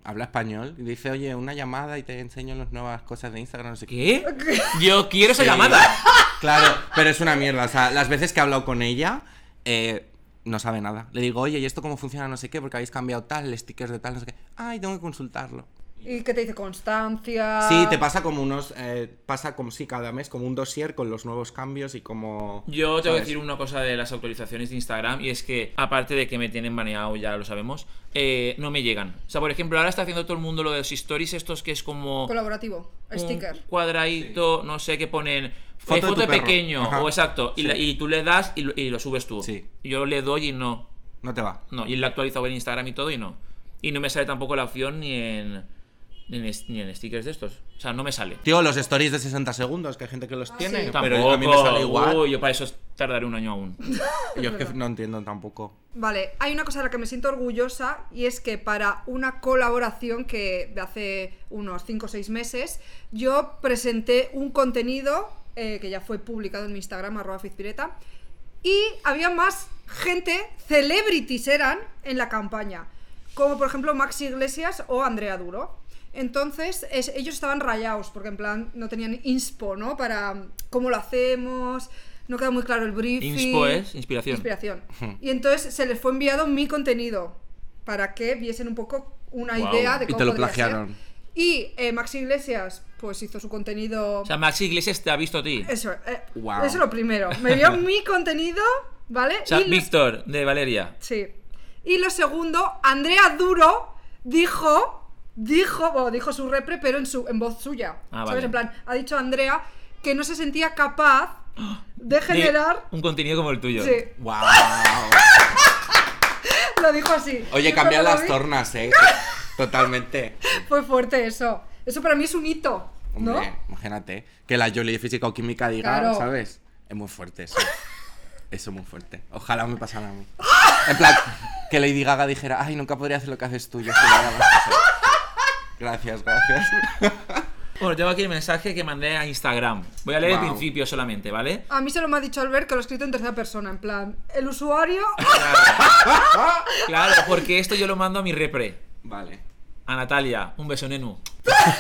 S4: habla español y dice, oye, una llamada y te enseño las nuevas cosas de Instagram, no sé qué.
S3: ¿Qué? Yo quiero esa
S4: Sí.
S3: llamada.
S4: Claro, pero es una mierda. O sea, las veces que he hablado con ella, eh, no sabe nada. Le digo, oye, ¿y esto cómo funciona? No sé qué, porque habéis cambiado tal, el stickers de tal, no sé qué. Ay, tengo que consultarlo.
S2: Y que te dice constancia.
S4: Sí, te pasa como unos, eh, pasa como sí, cada mes, como un dossier con los nuevos cambios y como...
S3: Yo tengo que
S4: ¿sabes?
S3: decir una cosa de las autorizaciones de Instagram y es que, aparte de que me tienen baneado, ya lo sabemos, eh, no me llegan. O sea, por ejemplo, ahora está haciendo todo el mundo lo de los stories estos que es como...
S2: Colaborativo,
S3: un
S2: sticker.
S3: cuadradito, no sé, que ponen eh,
S4: Foto
S3: foto,
S4: de tu
S3: foto de
S4: perro.
S3: pequeño,
S4: Ajá.
S3: o exacto, y,
S4: Sí.
S3: la- y tú le das y lo, y lo subes tú.
S4: Sí.
S3: Yo le doy y no,
S4: No te va.
S3: no, y lo he actualizado en Instagram y todo y no. Y no me sale tampoco la opción ni en, ni en, es- ni en stickers de estos, o sea, no me sale.
S4: Tío, los stories de 60 segundos, que hay gente que los tiene,
S2: Ah, sí.
S4: pero a mí me sale igual.
S3: Uy, yo para eso tardaré un año aún.
S4: Yo es que no entiendo tampoco.
S2: Vale, hay una cosa de la que me siento orgullosa y es que para una colaboración que de hace unos 5 o 6 meses, yo presenté un contenido eh, que ya fue publicado en mi Instagram, arroba fizpireta, y había más gente, celebrities eran, en la campaña, como por ejemplo Max Iglesias o Andrea Duro. Entonces, es- ellos estaban rayados, porque en plan no tenían inspo, ¿no? Para mm, cómo lo hacemos, no queda muy claro el briefing.
S3: Inspo es inspiración.
S2: Inspiración. Y entonces se les fue enviado mi contenido para que viesen un poco una
S3: Guau.
S2: idea de
S4: Y
S2: cómo
S4: te lo
S2: podría ser.
S4: plagiaron.
S2: Y eh, Max Iglesias, pues hizo su contenido.
S3: O sea, Maxi Iglesias te ha visto a ti.
S2: eso, eh,
S4: Guau.
S2: eso es lo primero. Me vio mi contenido, ¿vale?
S3: O sea,
S2: Y lo-
S3: Víctor, de Valeria.
S2: Sí. Y lo segundo, Andrea Duro dijo, dijo, bueno, dijo su repre, pero en, su, en voz suya.
S3: Ah,
S2: ¿Sabes?
S3: vale.
S2: En plan, ha dicho Andrea que no se sentía capaz de
S3: De
S2: generar.
S3: Un contenido como el tuyo.
S2: Sí,
S4: ¡Wow!
S2: lo dijo así.
S4: Oye,
S2: Yo cuando lo
S4: cambian las
S2: vi,
S4: tornas, ¿eh? Totalmente.
S2: Fue fuerte eso. Eso para mí es un hito, ¿no?
S4: Hombre, imagínate. Que la Jolie de física o química diga,
S2: Claro.
S4: ¿sabes? Es muy fuerte eso. Eso es muy fuerte. Ojalá me pasara a mí. En plan, que Lady Gaga dijera, ay, nunca podría hacer lo que haces tú. yo soy la Gaga". Gracias, gracias.
S3: Bueno, tengo aquí el mensaje que mandé a Instagram. Voy a leer el
S4: Guau.
S3: principio solamente, ¿vale?
S2: A mí se lo me ha dicho Albert que lo he escrito en tercera persona, en plan, el usuario.
S3: Claro, porque esto yo lo mando a mi repre,
S4: Vale.
S3: a Natalia. Un beso, Nenu.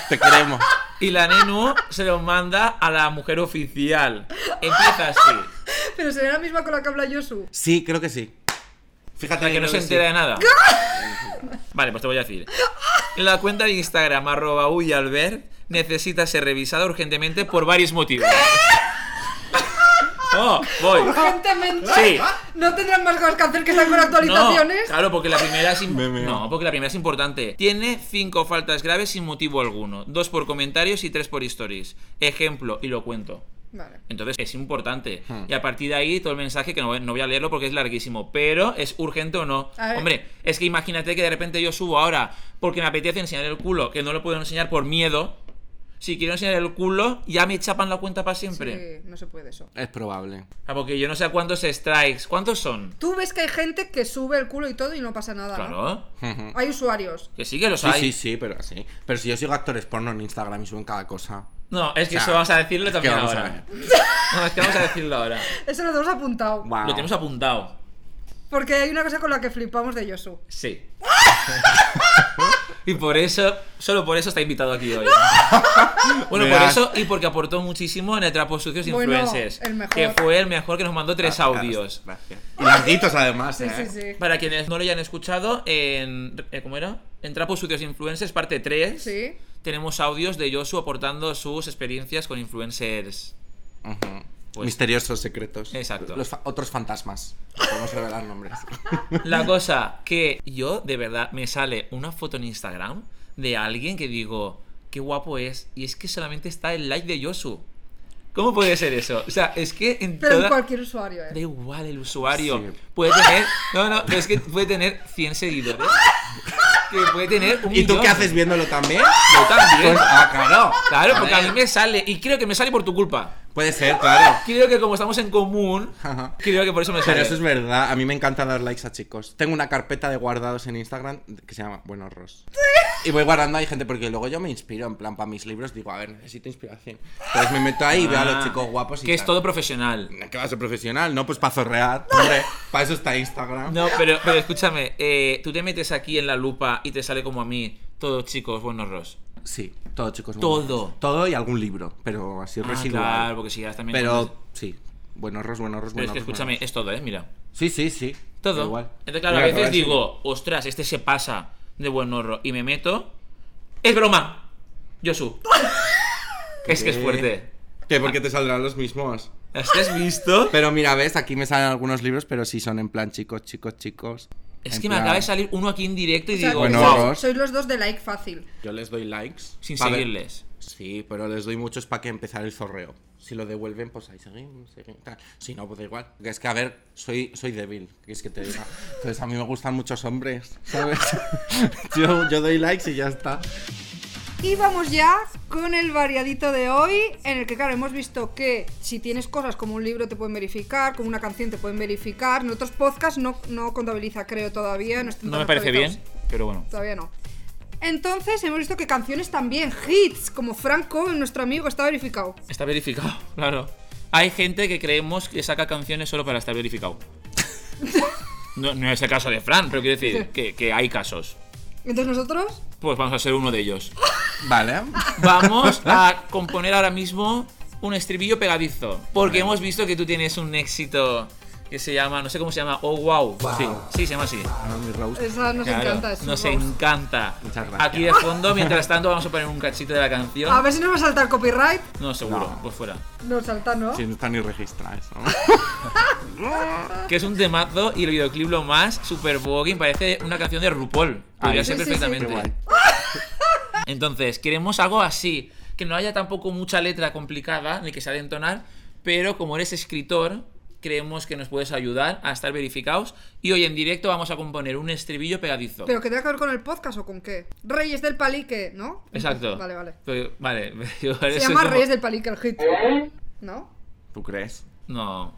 S4: Te queremos.
S3: Y la Nenu se lo manda a la mujer oficial. Empieza así.
S2: Pero sería la misma con la que habla Yosu.
S4: Sí, creo que sí. Fíjate
S3: La que no se
S4: creo sí.
S3: entera de nada. Vale, pues te voy a decir. La cuenta de Instagram, arroba uyalbert, necesita ser revisada urgentemente por varios motivos. Oh, voy.
S2: Urgentemente.
S3: Sí.
S2: No tendrán más cosas que hacer que estar con actualizaciones.
S3: No, claro, porque la primera es im-
S4: Me meo.
S3: no, porque la primera es importante. Tiene cinco faltas graves sin motivo alguno, dos por comentarios y tres por stories. Ejemplo y lo cuento.
S2: Vale.
S3: Entonces es importante.
S2: Hmm.
S3: Y a partir de ahí, todo el mensaje, que no, voy- no voy a leerlo porque es larguísimo, pero es urgente o no.
S2: A ver.
S3: Hombre, es que imagínate que de repente yo subo ahora porque me apetece enseñar el culo, que no lo puedo enseñar por miedo. Si quiero enseñar el culo, ya me chapan la cuenta para siempre.
S2: Sí, no se puede eso.
S4: Es probable.
S3: Ah, Porque yo no sé a cuántos strikes. ¿Cuántos son?
S2: Tú ves que hay gente que sube el culo y todo y no pasa nada. ¿no?
S3: Claro.
S2: Hay usuarios.
S3: Que sí que los
S4: Sí,
S3: hay.
S4: sí, sí, pero sí. Pero si yo sigo actores porno en Instagram y suben cada cosa.
S3: No, es que
S4: O sea,
S3: eso vamos a decirlo
S4: es que
S3: también
S4: vamos a
S3: ahora. ¿eh?
S4: ver.
S3: No, es que vamos a decirlo ahora.
S2: Eso lo tenemos apuntado.
S4: Wow.
S3: Lo tenemos apuntado.
S2: Porque hay una cosa con la que flipamos de Yosu.
S3: Sí. y por eso, solo por eso está invitado aquí hoy. bueno, por
S4: Verás.
S3: eso y porque aportó muchísimo en el Trapos Sucios
S2: Bueno,
S3: Influencers.
S2: el mejor. Ah,
S3: Que fue el mejor que nos mandó tres audios.
S4: Gracias. Y larguitos además,
S2: Sí,
S4: ¿eh?
S2: sí, sí.
S3: Para quienes no lo hayan escuchado, en. eh, ¿Cómo era? En Trapos Sucios Influencers, parte 3.
S2: Sí.
S3: Tenemos audios de Josu aportando sus experiencias con influencers.
S4: Ujú.
S3: Pues-
S4: Misteriosos secretos.
S3: Exacto.
S4: Los fa- otros fantasmas. Podemos revelar nombres.
S3: La cosa que yo, de verdad, me sale una foto en Instagram de alguien que digo, qué guapo es, y es que solamente está el like de Yosu. ¿Cómo puede ser eso? O sea, es que en
S2: Pero en
S3: toda...
S2: cualquier usuario,
S3: Da
S2: ¿eh?
S3: igual el usuario.
S4: Sí.
S3: Puede tener... No, no, pero es que puede tener 100 seguidores. Que puede tener un
S4: ¿Y tú
S3: millón.
S4: qué haces viéndolo también?
S3: Yo también.
S4: Pues, ah, claro.
S3: Claro, porque a
S4: ver.
S3: mí me sale, y creo que me sale por tu culpa.
S4: Puede ser, claro.
S3: Creo que como estamos en común,
S4: Ajá.
S3: creo que por eso me sale.
S4: Pero eso es verdad, a mí me encanta dar likes a chicos. Tengo una carpeta de guardados en Instagram que se llama Buenos Ros. Y voy guardando ahí gente porque luego yo me inspiro, en plan, para mis libros digo, a ver, necesito inspiración. Entonces me meto ahí y veo a los
S3: Ah,
S4: chicos guapos y
S3: Que es
S4: tal.
S3: todo profesional.
S4: ¿Qué va a ser profesional? No, pues para zorrear. Hombre, para eso está Instagram.
S3: No, pero, pero escúchame, eh, tú te metes aquí en la lupa y te sale como a mí, todos chicos, buenos Ross.
S4: Sí, todo chicos.
S3: Todo.
S4: buenos. Todo y algún libro, pero así
S3: Ah,
S4: residual.
S3: claro, porque si ya también.
S4: Pero
S3: Pero
S4: sí, Buenos Ros, Buenos Ros,
S3: es
S4: Buenos
S3: que
S4: Ros,
S3: escúchame,
S4: Buenos Ros.
S3: es todo, ¿eh? Mira.
S4: Sí, sí, sí.
S3: Todo.
S4: Igual.
S3: Entonces, claro, a
S4: Mira,
S3: veces
S4: ver si-
S3: digo, ostras, este se pasa de buenos Ross y me meto. ¡Es broma! Yosu. es que es
S4: ¿Qué?
S3: fuerte.
S4: ¿Qué? Porque te saldrán los mismos.
S3: ¿Las has visto?
S4: Pero mira, ves, aquí me salen algunos libros, pero sí son en plan chicos, chicos, chicos.
S3: Es
S4: En
S3: que me
S4: plan,
S3: acaba de salir uno aquí en directo y
S2: O sea,
S3: digo,
S4: Bueno,
S2: sois-
S3: wow,
S4: Ross.
S2: sois los dos de like fácil.
S4: Yo les doy likes.
S3: sin
S4: pa' ver-
S3: seguirles.
S4: Sí, pero les doy muchos para que empezar el zorreo. Si lo devuelven, pues ahí seguimos, seguimos, tal. Si no, pues da igual. Que Es que, a ver, soy, soy débil, que es que te diga. Entonces a mí me gustan muchos hombres, ¿sabes? yo, yo doy likes y ya está.
S2: Y vamos ya con el variadito de hoy, en el que, claro, hemos visto que si tienes cosas como un libro te pueden verificar, como una canción te pueden verificar. En otros podcasts no, no contabiliza, creo, todavía. No, están
S3: No
S2: tan
S3: me parece bien,
S2: actualizados.
S3: pero bueno.
S2: Todavía no. Entonces hemos visto que canciones también, hits, como Franco, nuestro amigo, está verificado.
S3: Está verificado, claro. Hay gente que creemos que saca canciones solo para estar verificado. No, no es el caso de Fran, pero quiero decir que, que hay casos.
S2: Entonces nosotros,
S3: Pues vamos a ser uno de ellos.
S4: Vale.
S3: Vamos a componer ahora mismo un estribillo pegadizo. Porque hemos visto que tú tienes un éxito que se llama, no sé cómo se llama, Oh Wow. Sí, sí, se llama así.
S4: Ahora mi roast.
S2: esa nos
S3: Claro,
S2: encanta. es un
S3: nos
S2: roast.
S3: encanta.
S4: Muchas gracias.
S3: Aquí de fondo, mientras tanto, vamos a poner un cachito de la
S2: A
S3: canción.
S2: ver si nos va a saltar copyright.
S3: No, seguro,
S4: No.
S3: pues fuera.
S2: Nos salta, ¿no?
S4: Si no está ni registrado eso.
S3: Que es un temazo y el videoclip lo más, Super Voguing, parece una canción de RuPaul. Podría
S4: Ay,
S3: ser
S2: sí, sí, sí.
S3: perfectamente.
S4: Qué guay.
S3: Entonces, queremos algo así, que no haya tampoco mucha letra complicada, ni que sea de entonar, pero como eres escritor, creemos que nos puedes ayudar a estar verificados. Y hoy en directo vamos a componer un estribillo pegadizo.
S2: Pero que tenga que ver con el podcast o con qué. Reyes del Palique, ¿no?
S3: Exacto.
S2: Vale, vale.
S3: Pero- vale, yo
S2: Se
S3: eso
S2: llama
S3: como-
S2: Reyes del Palique el hit. ¿No?
S4: ¿Tú crees?
S3: No.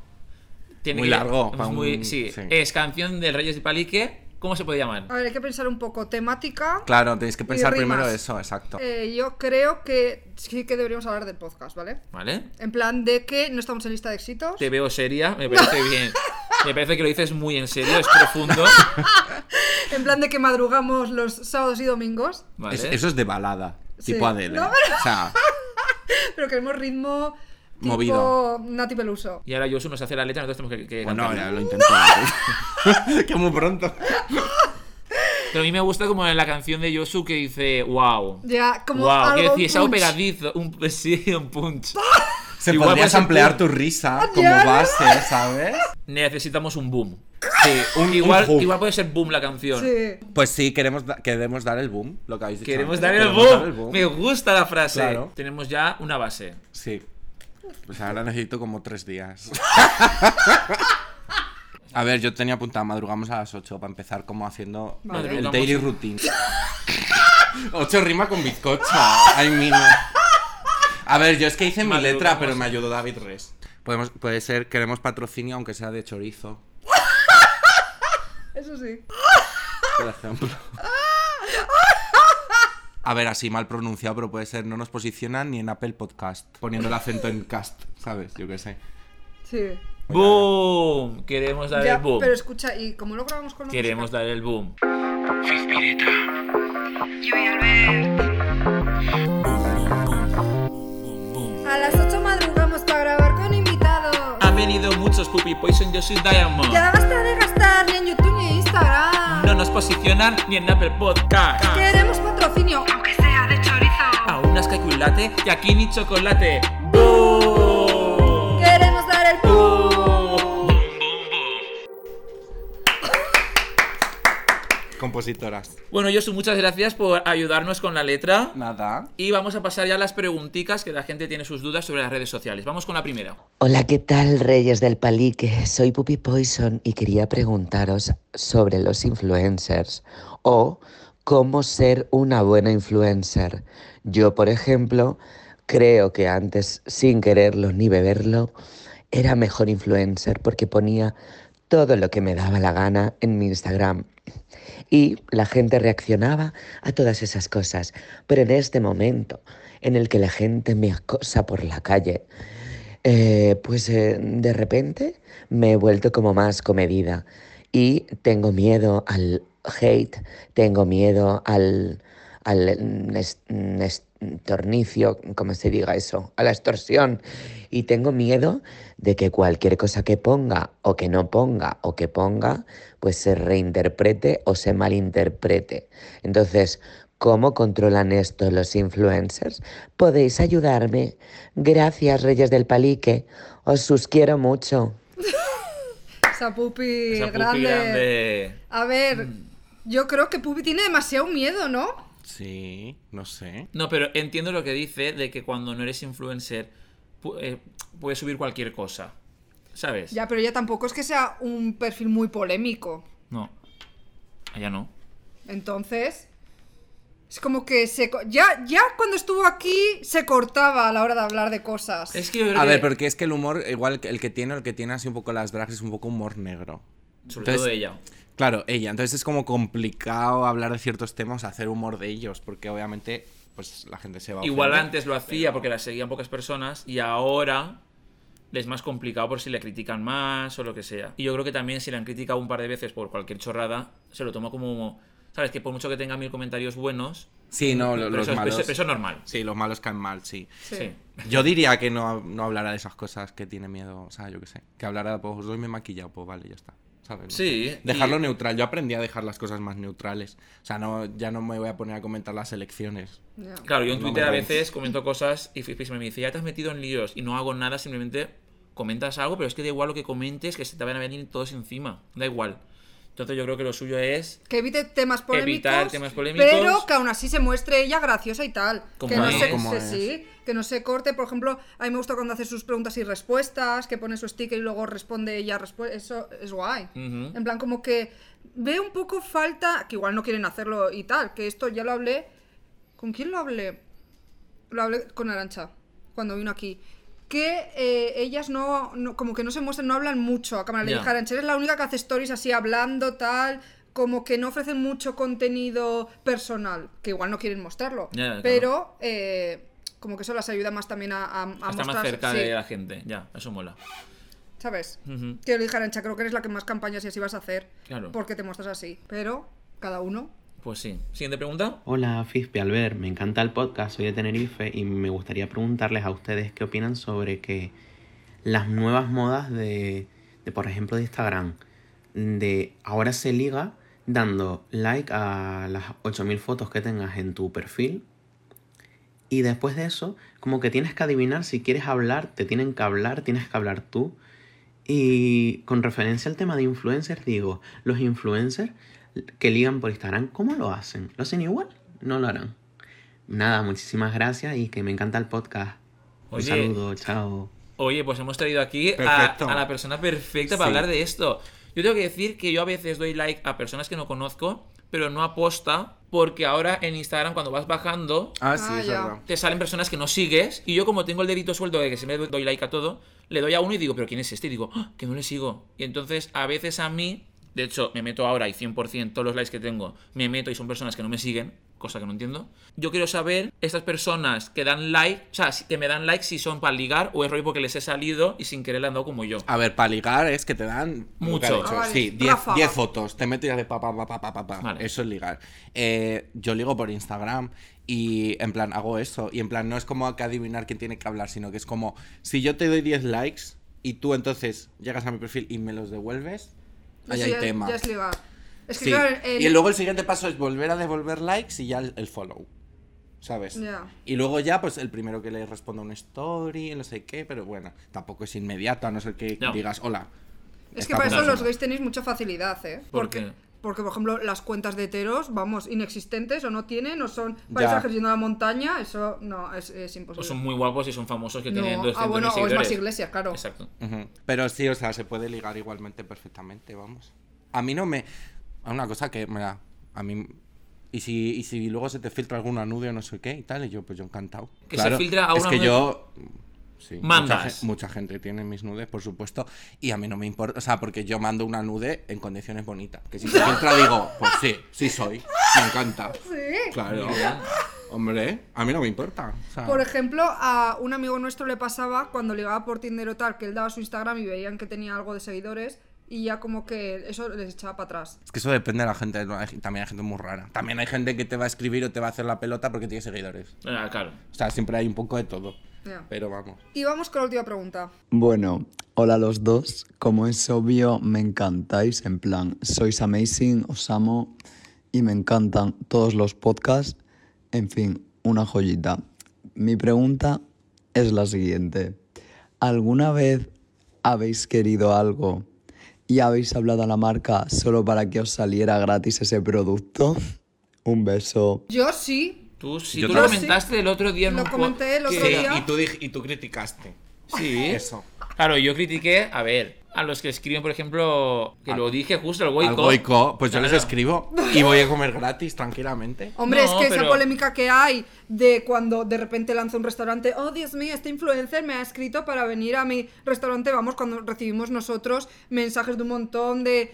S3: Tiene
S4: Muy
S3: que-
S4: largo,
S3: es
S4: pa' un-
S3: muy- sí.
S4: sí.
S3: Es canción del Reyes de Palique. ¿Cómo se puede llamar?
S2: A ver, hay que pensar un poco. Temática.
S4: Claro, tenéis que pensar
S2: rimas.
S4: primero eso, exacto.
S2: Eh, yo creo que sí que deberíamos hablar del podcast, ¿vale?
S3: ¿Vale?
S2: En plan de que no estamos en lista de éxitos.
S3: Te veo seria, me parece bien. Me parece que lo dices muy en serio, es profundo.
S2: En plan de que madrugamos los sábados y domingos.
S3: Vale.
S4: Es- eso es de balada,
S2: Sí.
S4: tipo Adele.
S2: No, pero-
S4: O sea,
S2: Pero queremos ritmo. Tipo
S4: Movido.
S2: Nati Peluso.
S3: Y ahora Yosu nos hace la letra, nosotros tenemos que, que
S4: bueno,
S3: cantarla.
S4: ya lo intento. que muy pronto.
S3: Pero a mí me gusta como en la canción de Yosu que dice, wow.
S2: Ya, como
S3: wow,
S2: algo.
S3: quiero decir, es algo
S2: punch.
S3: pegadizo, un, sí, un punch.
S4: Se
S3: Igual puede
S4: podrías
S3: ser
S4: ampliar
S3: tú.
S4: tu risa
S2: Ah,
S4: como
S2: ya, ¿no?
S4: base, ¿sabes?
S3: Necesitamos un boom.
S4: Sí, un,
S3: Igual,
S4: un hook.
S3: igual puede ser boom la canción.
S2: Sí.
S4: Pues sí, queremos, da- queremos dar el boom, lo que habéis dicho.
S3: Queremos
S4: antes,
S3: dar el
S4: queremos
S3: boom. Me gusta la frase.
S4: Claro.
S3: Tenemos ya una base.
S4: Sí. Pues ahora necesito como tres días. A ver, yo tenía apuntado, madrugamos a las 8 para empezar como haciendo
S2: Vale.
S4: el
S3: Madrugamos.
S4: daily routine. 8 rima con bizcocho. Ay, mira. A ver, yo es que hice mi letra,
S3: Madrugamos.
S4: pero me ayudó David Res. Podemos, puede ser, queremos patrocinio aunque sea de chorizo,
S2: Eso sí.
S4: por ejemplo. A ver, así mal pronunciado, pero puede ser, no nos posicionan ni en Apple Podcast, poniendo el acento en cast, ¿sabes? Yo qué sé.
S2: Sí.
S3: ¡Boom! Queremos dar
S2: Ya,
S3: el boom.
S2: pero escucha, ¿y cómo lo grabamos con la
S3: Queremos
S2: música?
S3: dar el boom.
S2: A las 8 madrugamos para grabar con invitados.
S3: Han venido muchos Puppy Poison, yo soy Diamond.
S2: Ya basta de gastar ni en YouTube ni en Instagram.
S3: No nos posicionan ni en Apple Podcast.
S2: Queremos patrocinio, aunque sea de chorizo.
S3: A unas caculate y aquí ni chocolate. ¡Boom!
S2: Queremos dar el boom.
S4: Compositoras.
S3: Bueno, Josu, muchas gracias por ayudarnos con la letra.
S4: Nada.
S3: Y vamos a pasar ya a las preguntitas que la gente tiene sus dudas sobre las redes sociales. Vamos con la primera.
S6: Hola, ¿qué tal, Reyes del Palique? Soy Puppy Poison y quería preguntaros sobre los influencers o cómo ser una buena influencer. Yo, por ejemplo, creo que antes, sin quererlo ni beberlo, era mejor influencer porque ponía todo lo que me daba la gana en mi Instagram. Y la gente reaccionaba a todas esas cosas. Pero en este momento en el que la gente me acosa por la calle, eh, pues eh, de repente me he vuelto como más comedida y tengo miedo al hate, tengo miedo al, al mm, es- mm, estornicio, como se diga eso, a la extorsión. Y tengo miedo de que cualquier cosa que ponga o que no ponga o que ponga, pues se reinterprete o se malinterprete. Entonces, ¿Cómo controlan esto los influencers? ¿Podéis ayudarme? Gracias, Reyes del Palique. Os sus quiero mucho.
S2: Esa pupi,
S3: Esa pupi
S2: grande.
S3: grande. Mm.
S2: A ver, yo creo que pupi tiene demasiado miedo, ¿no?
S4: Sí, no sé.
S3: No, pero entiendo lo que dice de que cuando no eres influencer pu- eh, puedes subir cualquier cosa. ¿Sabes?
S2: Ya, pero ella tampoco es que sea un perfil muy polémico.
S3: No. Allá no.
S2: Entonces, es como que se co- ya ya cuando estuvo aquí se cortaba a la hora de hablar de cosas.
S3: Es que yo creo
S4: A
S3: que-
S4: ver, porque es que el humor, igual que el que tiene, el que tiene así un poco las drags, es un poco humor negro.
S3: Sobre
S4: Entonces-
S3: todo ella.
S4: Claro, ella. Entonces es como complicado hablar de ciertos temas, hacer humor de ellos, porque obviamente, pues la gente se va a
S3: Igual
S4: ofender.
S3: antes lo hacía porque la seguían pocas personas y ahora le es más complicado por si le critican más o lo que sea. Y yo creo que también si le han criticado un par de veces por cualquier chorrada, se lo toma como... ¿Sabes? Que por mucho que tenga mil comentarios buenos...
S4: Sí, no, lo-
S3: pero
S4: los
S3: eso,
S4: malos.
S3: eso- eso es normal.
S4: Sí, los malos caen mal, sí.
S2: Sí.
S3: Sí.
S4: Yo diría que no, no hablara de esas cosas que tiene miedo, o sea, yo qué sé. Que hablara, pues hoy me he maquillado, pues vale, ya está. ¿sabes? No
S3: Sí,
S4: sé. Dejarlo
S3: y-
S4: neutral. Yo aprendí a dejar las cosas más neutrales. O sea, no, ya no me voy a poner a comentar las elecciones.
S2: Ya.
S3: Claro, yo en
S4: No me
S3: Twitter a
S4: veis.
S3: veces comento cosas y Fispis me dice, ya te has metido en líos y no hago nada, simplemente comentas algo, pero es que da igual lo que comentes, que se te van a venir todos encima, da igual. Entonces yo creo que lo suyo es...
S2: Que evite temas polémicos.
S3: Evitar temas polémicos.
S2: Pero que aún así se muestre ella graciosa y tal.
S3: Como
S2: que no
S3: es.
S2: se,
S4: Como
S2: se-
S4: es.
S2: sí, que no se corte. Por ejemplo, a mí me gusta cuando hace sus preguntas y respuestas, que pone su sticker y luego responde ella. respu- Eso es guay.
S3: Ujú.
S2: En plan, como que ve un poco falta, que igual no quieren hacerlo y tal. Que esto ya lo hablé. ¿Con quién lo hablé? Lo hablé con Arancha, cuando vino aquí. Que eh, ellas no, no- como que no se muestran, no hablan mucho a cámara. Le
S3: Ya.
S2: dije, Arancha, eres la única que hace stories así hablando, tal, como que no ofrecen mucho contenido personal, que igual no quieren mostrarlo.
S3: Ya, ya,
S2: pero eh, como que eso las ayuda más también a, a, a
S3: Está más
S2: mostrarse,
S3: cerca
S2: sí,
S3: de la gente, ya, eso mola.
S2: ¿Sabes?
S3: Ujú.
S2: Que le dije, Arancha, creo que eres la que más campañas y así vas a hacer.
S3: Claro.
S2: Porque te muestras así. Pero cada uno.
S3: Pues sí. Siguiente pregunta.
S7: Hola, Fispi Albert, me encanta el podcast, soy de Tenerife y me gustaría preguntarles a ustedes qué opinan sobre que las nuevas modas de, de, por ejemplo, de Instagram, de ahora se liga dando like a las 8000 fotos que tengas en tu perfil y después de eso, como que tienes que adivinar si quieres hablar, te tienen que hablar, tienes que hablar tú. Y con referencia al tema de influencers, digo, los influencers que ligan por Instagram, ¿cómo lo hacen? ¿Lo hacen igual? No lo harán. Nada, muchísimas gracias y que me encanta el podcast. Un
S3: Oye.
S7: saludo, chao.
S3: Oye, pues hemos traído aquí a,
S4: Perfecto.
S3: a la persona perfecta para
S4: Sí.
S3: hablar de esto. Yo tengo que decir que yo a veces doy like a personas que no conozco, pero no aposta, porque ahora en Instagram cuando vas bajando,
S4: Ah, sí,
S2: Ah,
S4: es
S2: ya.
S4: verdad.
S3: te salen personas que no sigues, y yo como tengo el dedito suelto de que siempre doy like a todo, le doy a uno y digo, pero ¿quién es este? Y digo, "Ah, que no le sigo. Y entonces a veces a mí, de hecho me meto ahora y 100% todos los likes que tengo, me meto y son personas que no me siguen, cosa que no entiendo. Yo quiero saber estas personas que dan like, o sea, si- que me dan like si son para ligar o es rollo porque les he salido y sin querer le han dado como yo.
S4: A ver, para ligar es que te dan.
S3: Mucho.
S4: lo que ha dicho.
S2: Ah, vale.
S4: Sí, 10
S2: Ráfaga.
S4: diez fotos. Te metes y haces pa, pa, pa, pa, pa, pa, pa.
S3: Vale.
S4: Eso es ligar. Eh, yo ligo por Instagram y en plan hago eso. Y en plan no es como que adivinar quién tiene que hablar, sino que es como si yo te doy 10 likes y tú entonces llegas a mi perfil y me los devuelves, ahí
S2: Eso Pues
S4: hay
S2: ya-
S4: tema.
S2: ya es ligar. Es que
S4: Sí.
S2: claro, el-
S4: Y luego el siguiente paso es volver a devolver likes y ya el, el follow. ¿Sabes?
S2: Ya.
S4: Y luego ya, pues el primero que le responda una story, no sé qué, pero bueno, tampoco es inmediato, a no ser que
S3: No.
S4: digas hola.
S2: Es que
S4: Está
S2: para eso
S4: funcionando.
S2: los gays tenéis mucha facilidad, ¿eh?
S3: ¿Por
S2: porque,
S3: qué?
S2: Porque, por ejemplo, las cuentas de heteros, vamos, inexistentes o no tienen, o son
S4: Ya.
S2: paisajes yendo a la montaña, eso no, es, es imposible.
S3: O son muy guapos y son famosos que
S2: No,
S3: tienen 200
S2: ah, bueno, o es
S3: seguidores.
S2: más iglesia, claro.
S3: Exacto.
S4: Ujú. Pero sí, o sea, se puede ligar igualmente perfectamente, vamos. A mí no me. a Una cosa que, mira, a mí. Y si, y si luego se te filtra alguna nude o no sé qué y tal, y yo, pues yo encantado.
S3: Que se filtra a
S4: Es
S3: una
S4: que
S3: nude-
S4: yo. Sí, mucha
S3: Mandas.
S4: gen- Mucha, gente tiene mis nudes, por supuesto. Y a mí no me importa. O sea, porque yo mando una nude en condiciones bonitas. Que si se filtra, digo, pues sí, sí soy. Me encanta.
S2: Sí.
S4: Claro.
S3: Muy bien.
S4: Hombre, a mí no me importa. o sea.
S2: Ah. Por ejemplo, a un amigo nuestro le pasaba cuando ligaba por Tinder o tal, que él daba su Instagram y veían que tenía algo de seguidores y ya como que eso les echaba para atrás.
S4: Es que eso depende de la gente. ¿no? Hay- También hay gente muy rara. También hay gente que te va a escribir o te va a hacer la pelota porque tiene seguidores.
S3: Ah, claro.
S4: O sea, siempre hay un poco de todo.
S2: Ya.
S4: Pero vamos.
S2: Y vamos con la última pregunta.
S8: Bueno, hola a los dos. Como es obvio, me encantáis. En plan, sois amazing, os amo y me encantan todos los podcasts. En fin, una joyita. Mi pregunta es la siguiente. ¿Alguna vez habéis querido algo y habéis hablado a la marca solo para que os saliera gratis ese producto? Un beso.
S2: Yo sí,
S3: Tú, sí,
S4: Yo
S3: tú lo
S4: también.
S3: comentaste el otro día en
S2: Lo ¿Eh?
S3: un po-
S2: comenté el otro
S3: que-
S2: día.
S4: tú, dij- y tú criticaste.
S3: Sí.
S4: Eso.
S3: Claro, yo critiqué, a ver, a los que escriben, por ejemplo, que lo dije justo, el
S4: Al
S3: Goico.
S4: Goico, pues yo les
S3: Claro.
S4: escribo y voy a comer gratis tranquilamente.
S2: Hombre,
S3: No,
S2: es que
S3: pero-
S2: esa polémica que hay de cuando de repente lanza un restaurante, oh Dios mío, este influencer me ha escrito para venir a mi restaurante, vamos, cuando recibimos nosotros mensajes de un montón de...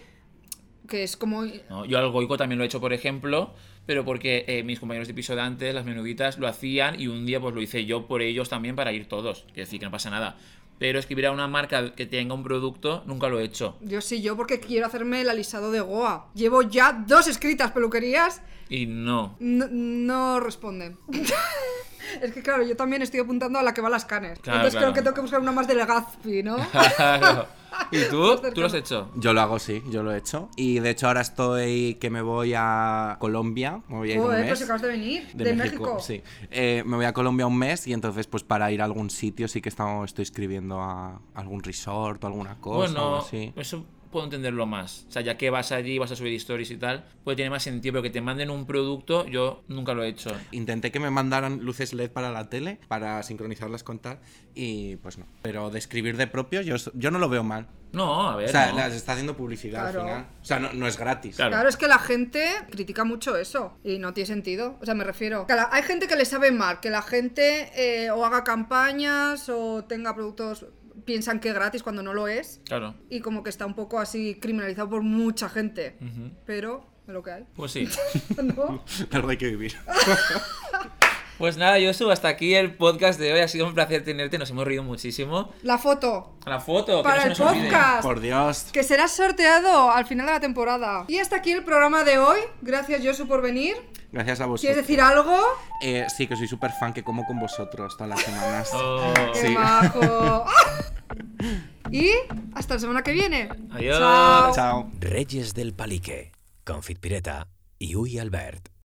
S2: que es como...
S3: No, yo al Goico también lo he hecho, por ejemplo, pero porque eh, mis compañeros de piso de antes, las menuditas, lo hacían y un día pues lo hice yo por ellos también para ir todos. Es decir, que no pasa nada. Pero escribir a una marca que tenga un producto, nunca lo he hecho.
S2: Yo sí, yo porque quiero hacerme el alisado de Goa. Llevo ya dos escritas peluquerías,
S3: Y no.
S2: no, no responden. es que claro, yo también estoy apuntando a la que va a las canes.
S3: Claro,
S2: Entonces
S3: claro.
S2: creo que tengo que buscar una más de Legazpi, ¿no?
S3: Claro. ¿Y tú?
S2: Más
S3: ¿Tú lo has
S2: cercano.
S3: hecho?
S4: Yo lo hago, sí, yo lo he hecho. Y de hecho ahora estoy que me voy a Colombia. Me voy a ir un
S2: Joder,
S4: mes.
S2: pues acabas de venir, de, México.
S4: sí. Eh, me voy a Colombia un mes y entonces pues para ir a algún sitio sí que estamos, estoy escribiendo a algún resort o alguna cosa. o
S3: Bueno,
S4: así.
S3: eso puedo entenderlo más. O sea, ya que vas allí, vas a subir stories y tal, puede tener más sentido, pero que te manden un producto, yo nunca lo he hecho.
S4: Intenté que me mandaran luces LED para la tele, para sincronizarlas con tal, y pues no. Pero de escribir de propio, yo, so- yo no lo veo mal.
S3: No, a ver.
S4: O sea,
S3: no.
S4: las está haciendo publicidad
S2: Claro.
S4: al final. O sea, no, no es gratis.
S3: Claro.
S2: Claro, es que la gente critica mucho eso y no tiene sentido. O sea, me refiero. que a la- hay gente que le sabe mal, que la gente eh, o haga campañas o tenga productos, piensan que es gratis cuando no lo es.
S3: Claro.
S2: Y como que está un poco así criminalizado por mucha gente.
S3: Ujú.
S2: Pero es lo que hay.
S3: Pues sí.
S2: ¿No?
S4: Pero hay que vivir.
S3: Pues nada, Josu, hasta aquí el podcast de hoy. Ha sido un placer tenerte, nos hemos reído muchísimo.
S2: La foto
S3: La foto, que
S2: para
S3: no
S2: el
S3: se nos olvide.
S2: podcast.
S4: Por Dios.
S2: Que será sorteado al final de la temporada. Y hasta aquí el programa de hoy. Gracias, Josu, por venir.
S4: Gracias a
S2: ¿Quieres
S4: vosotros.
S2: decir algo?
S4: Eh, sí, que soy súper fan que como con vosotros todas las semanas.
S3: Oh.
S2: ¡Qué
S4: Sí.
S2: majo! y hasta la semana que viene.
S3: Adiós.
S2: Chao.
S4: Chao.
S5: Reyes del Palique, Confit Pireta y Uy Albert.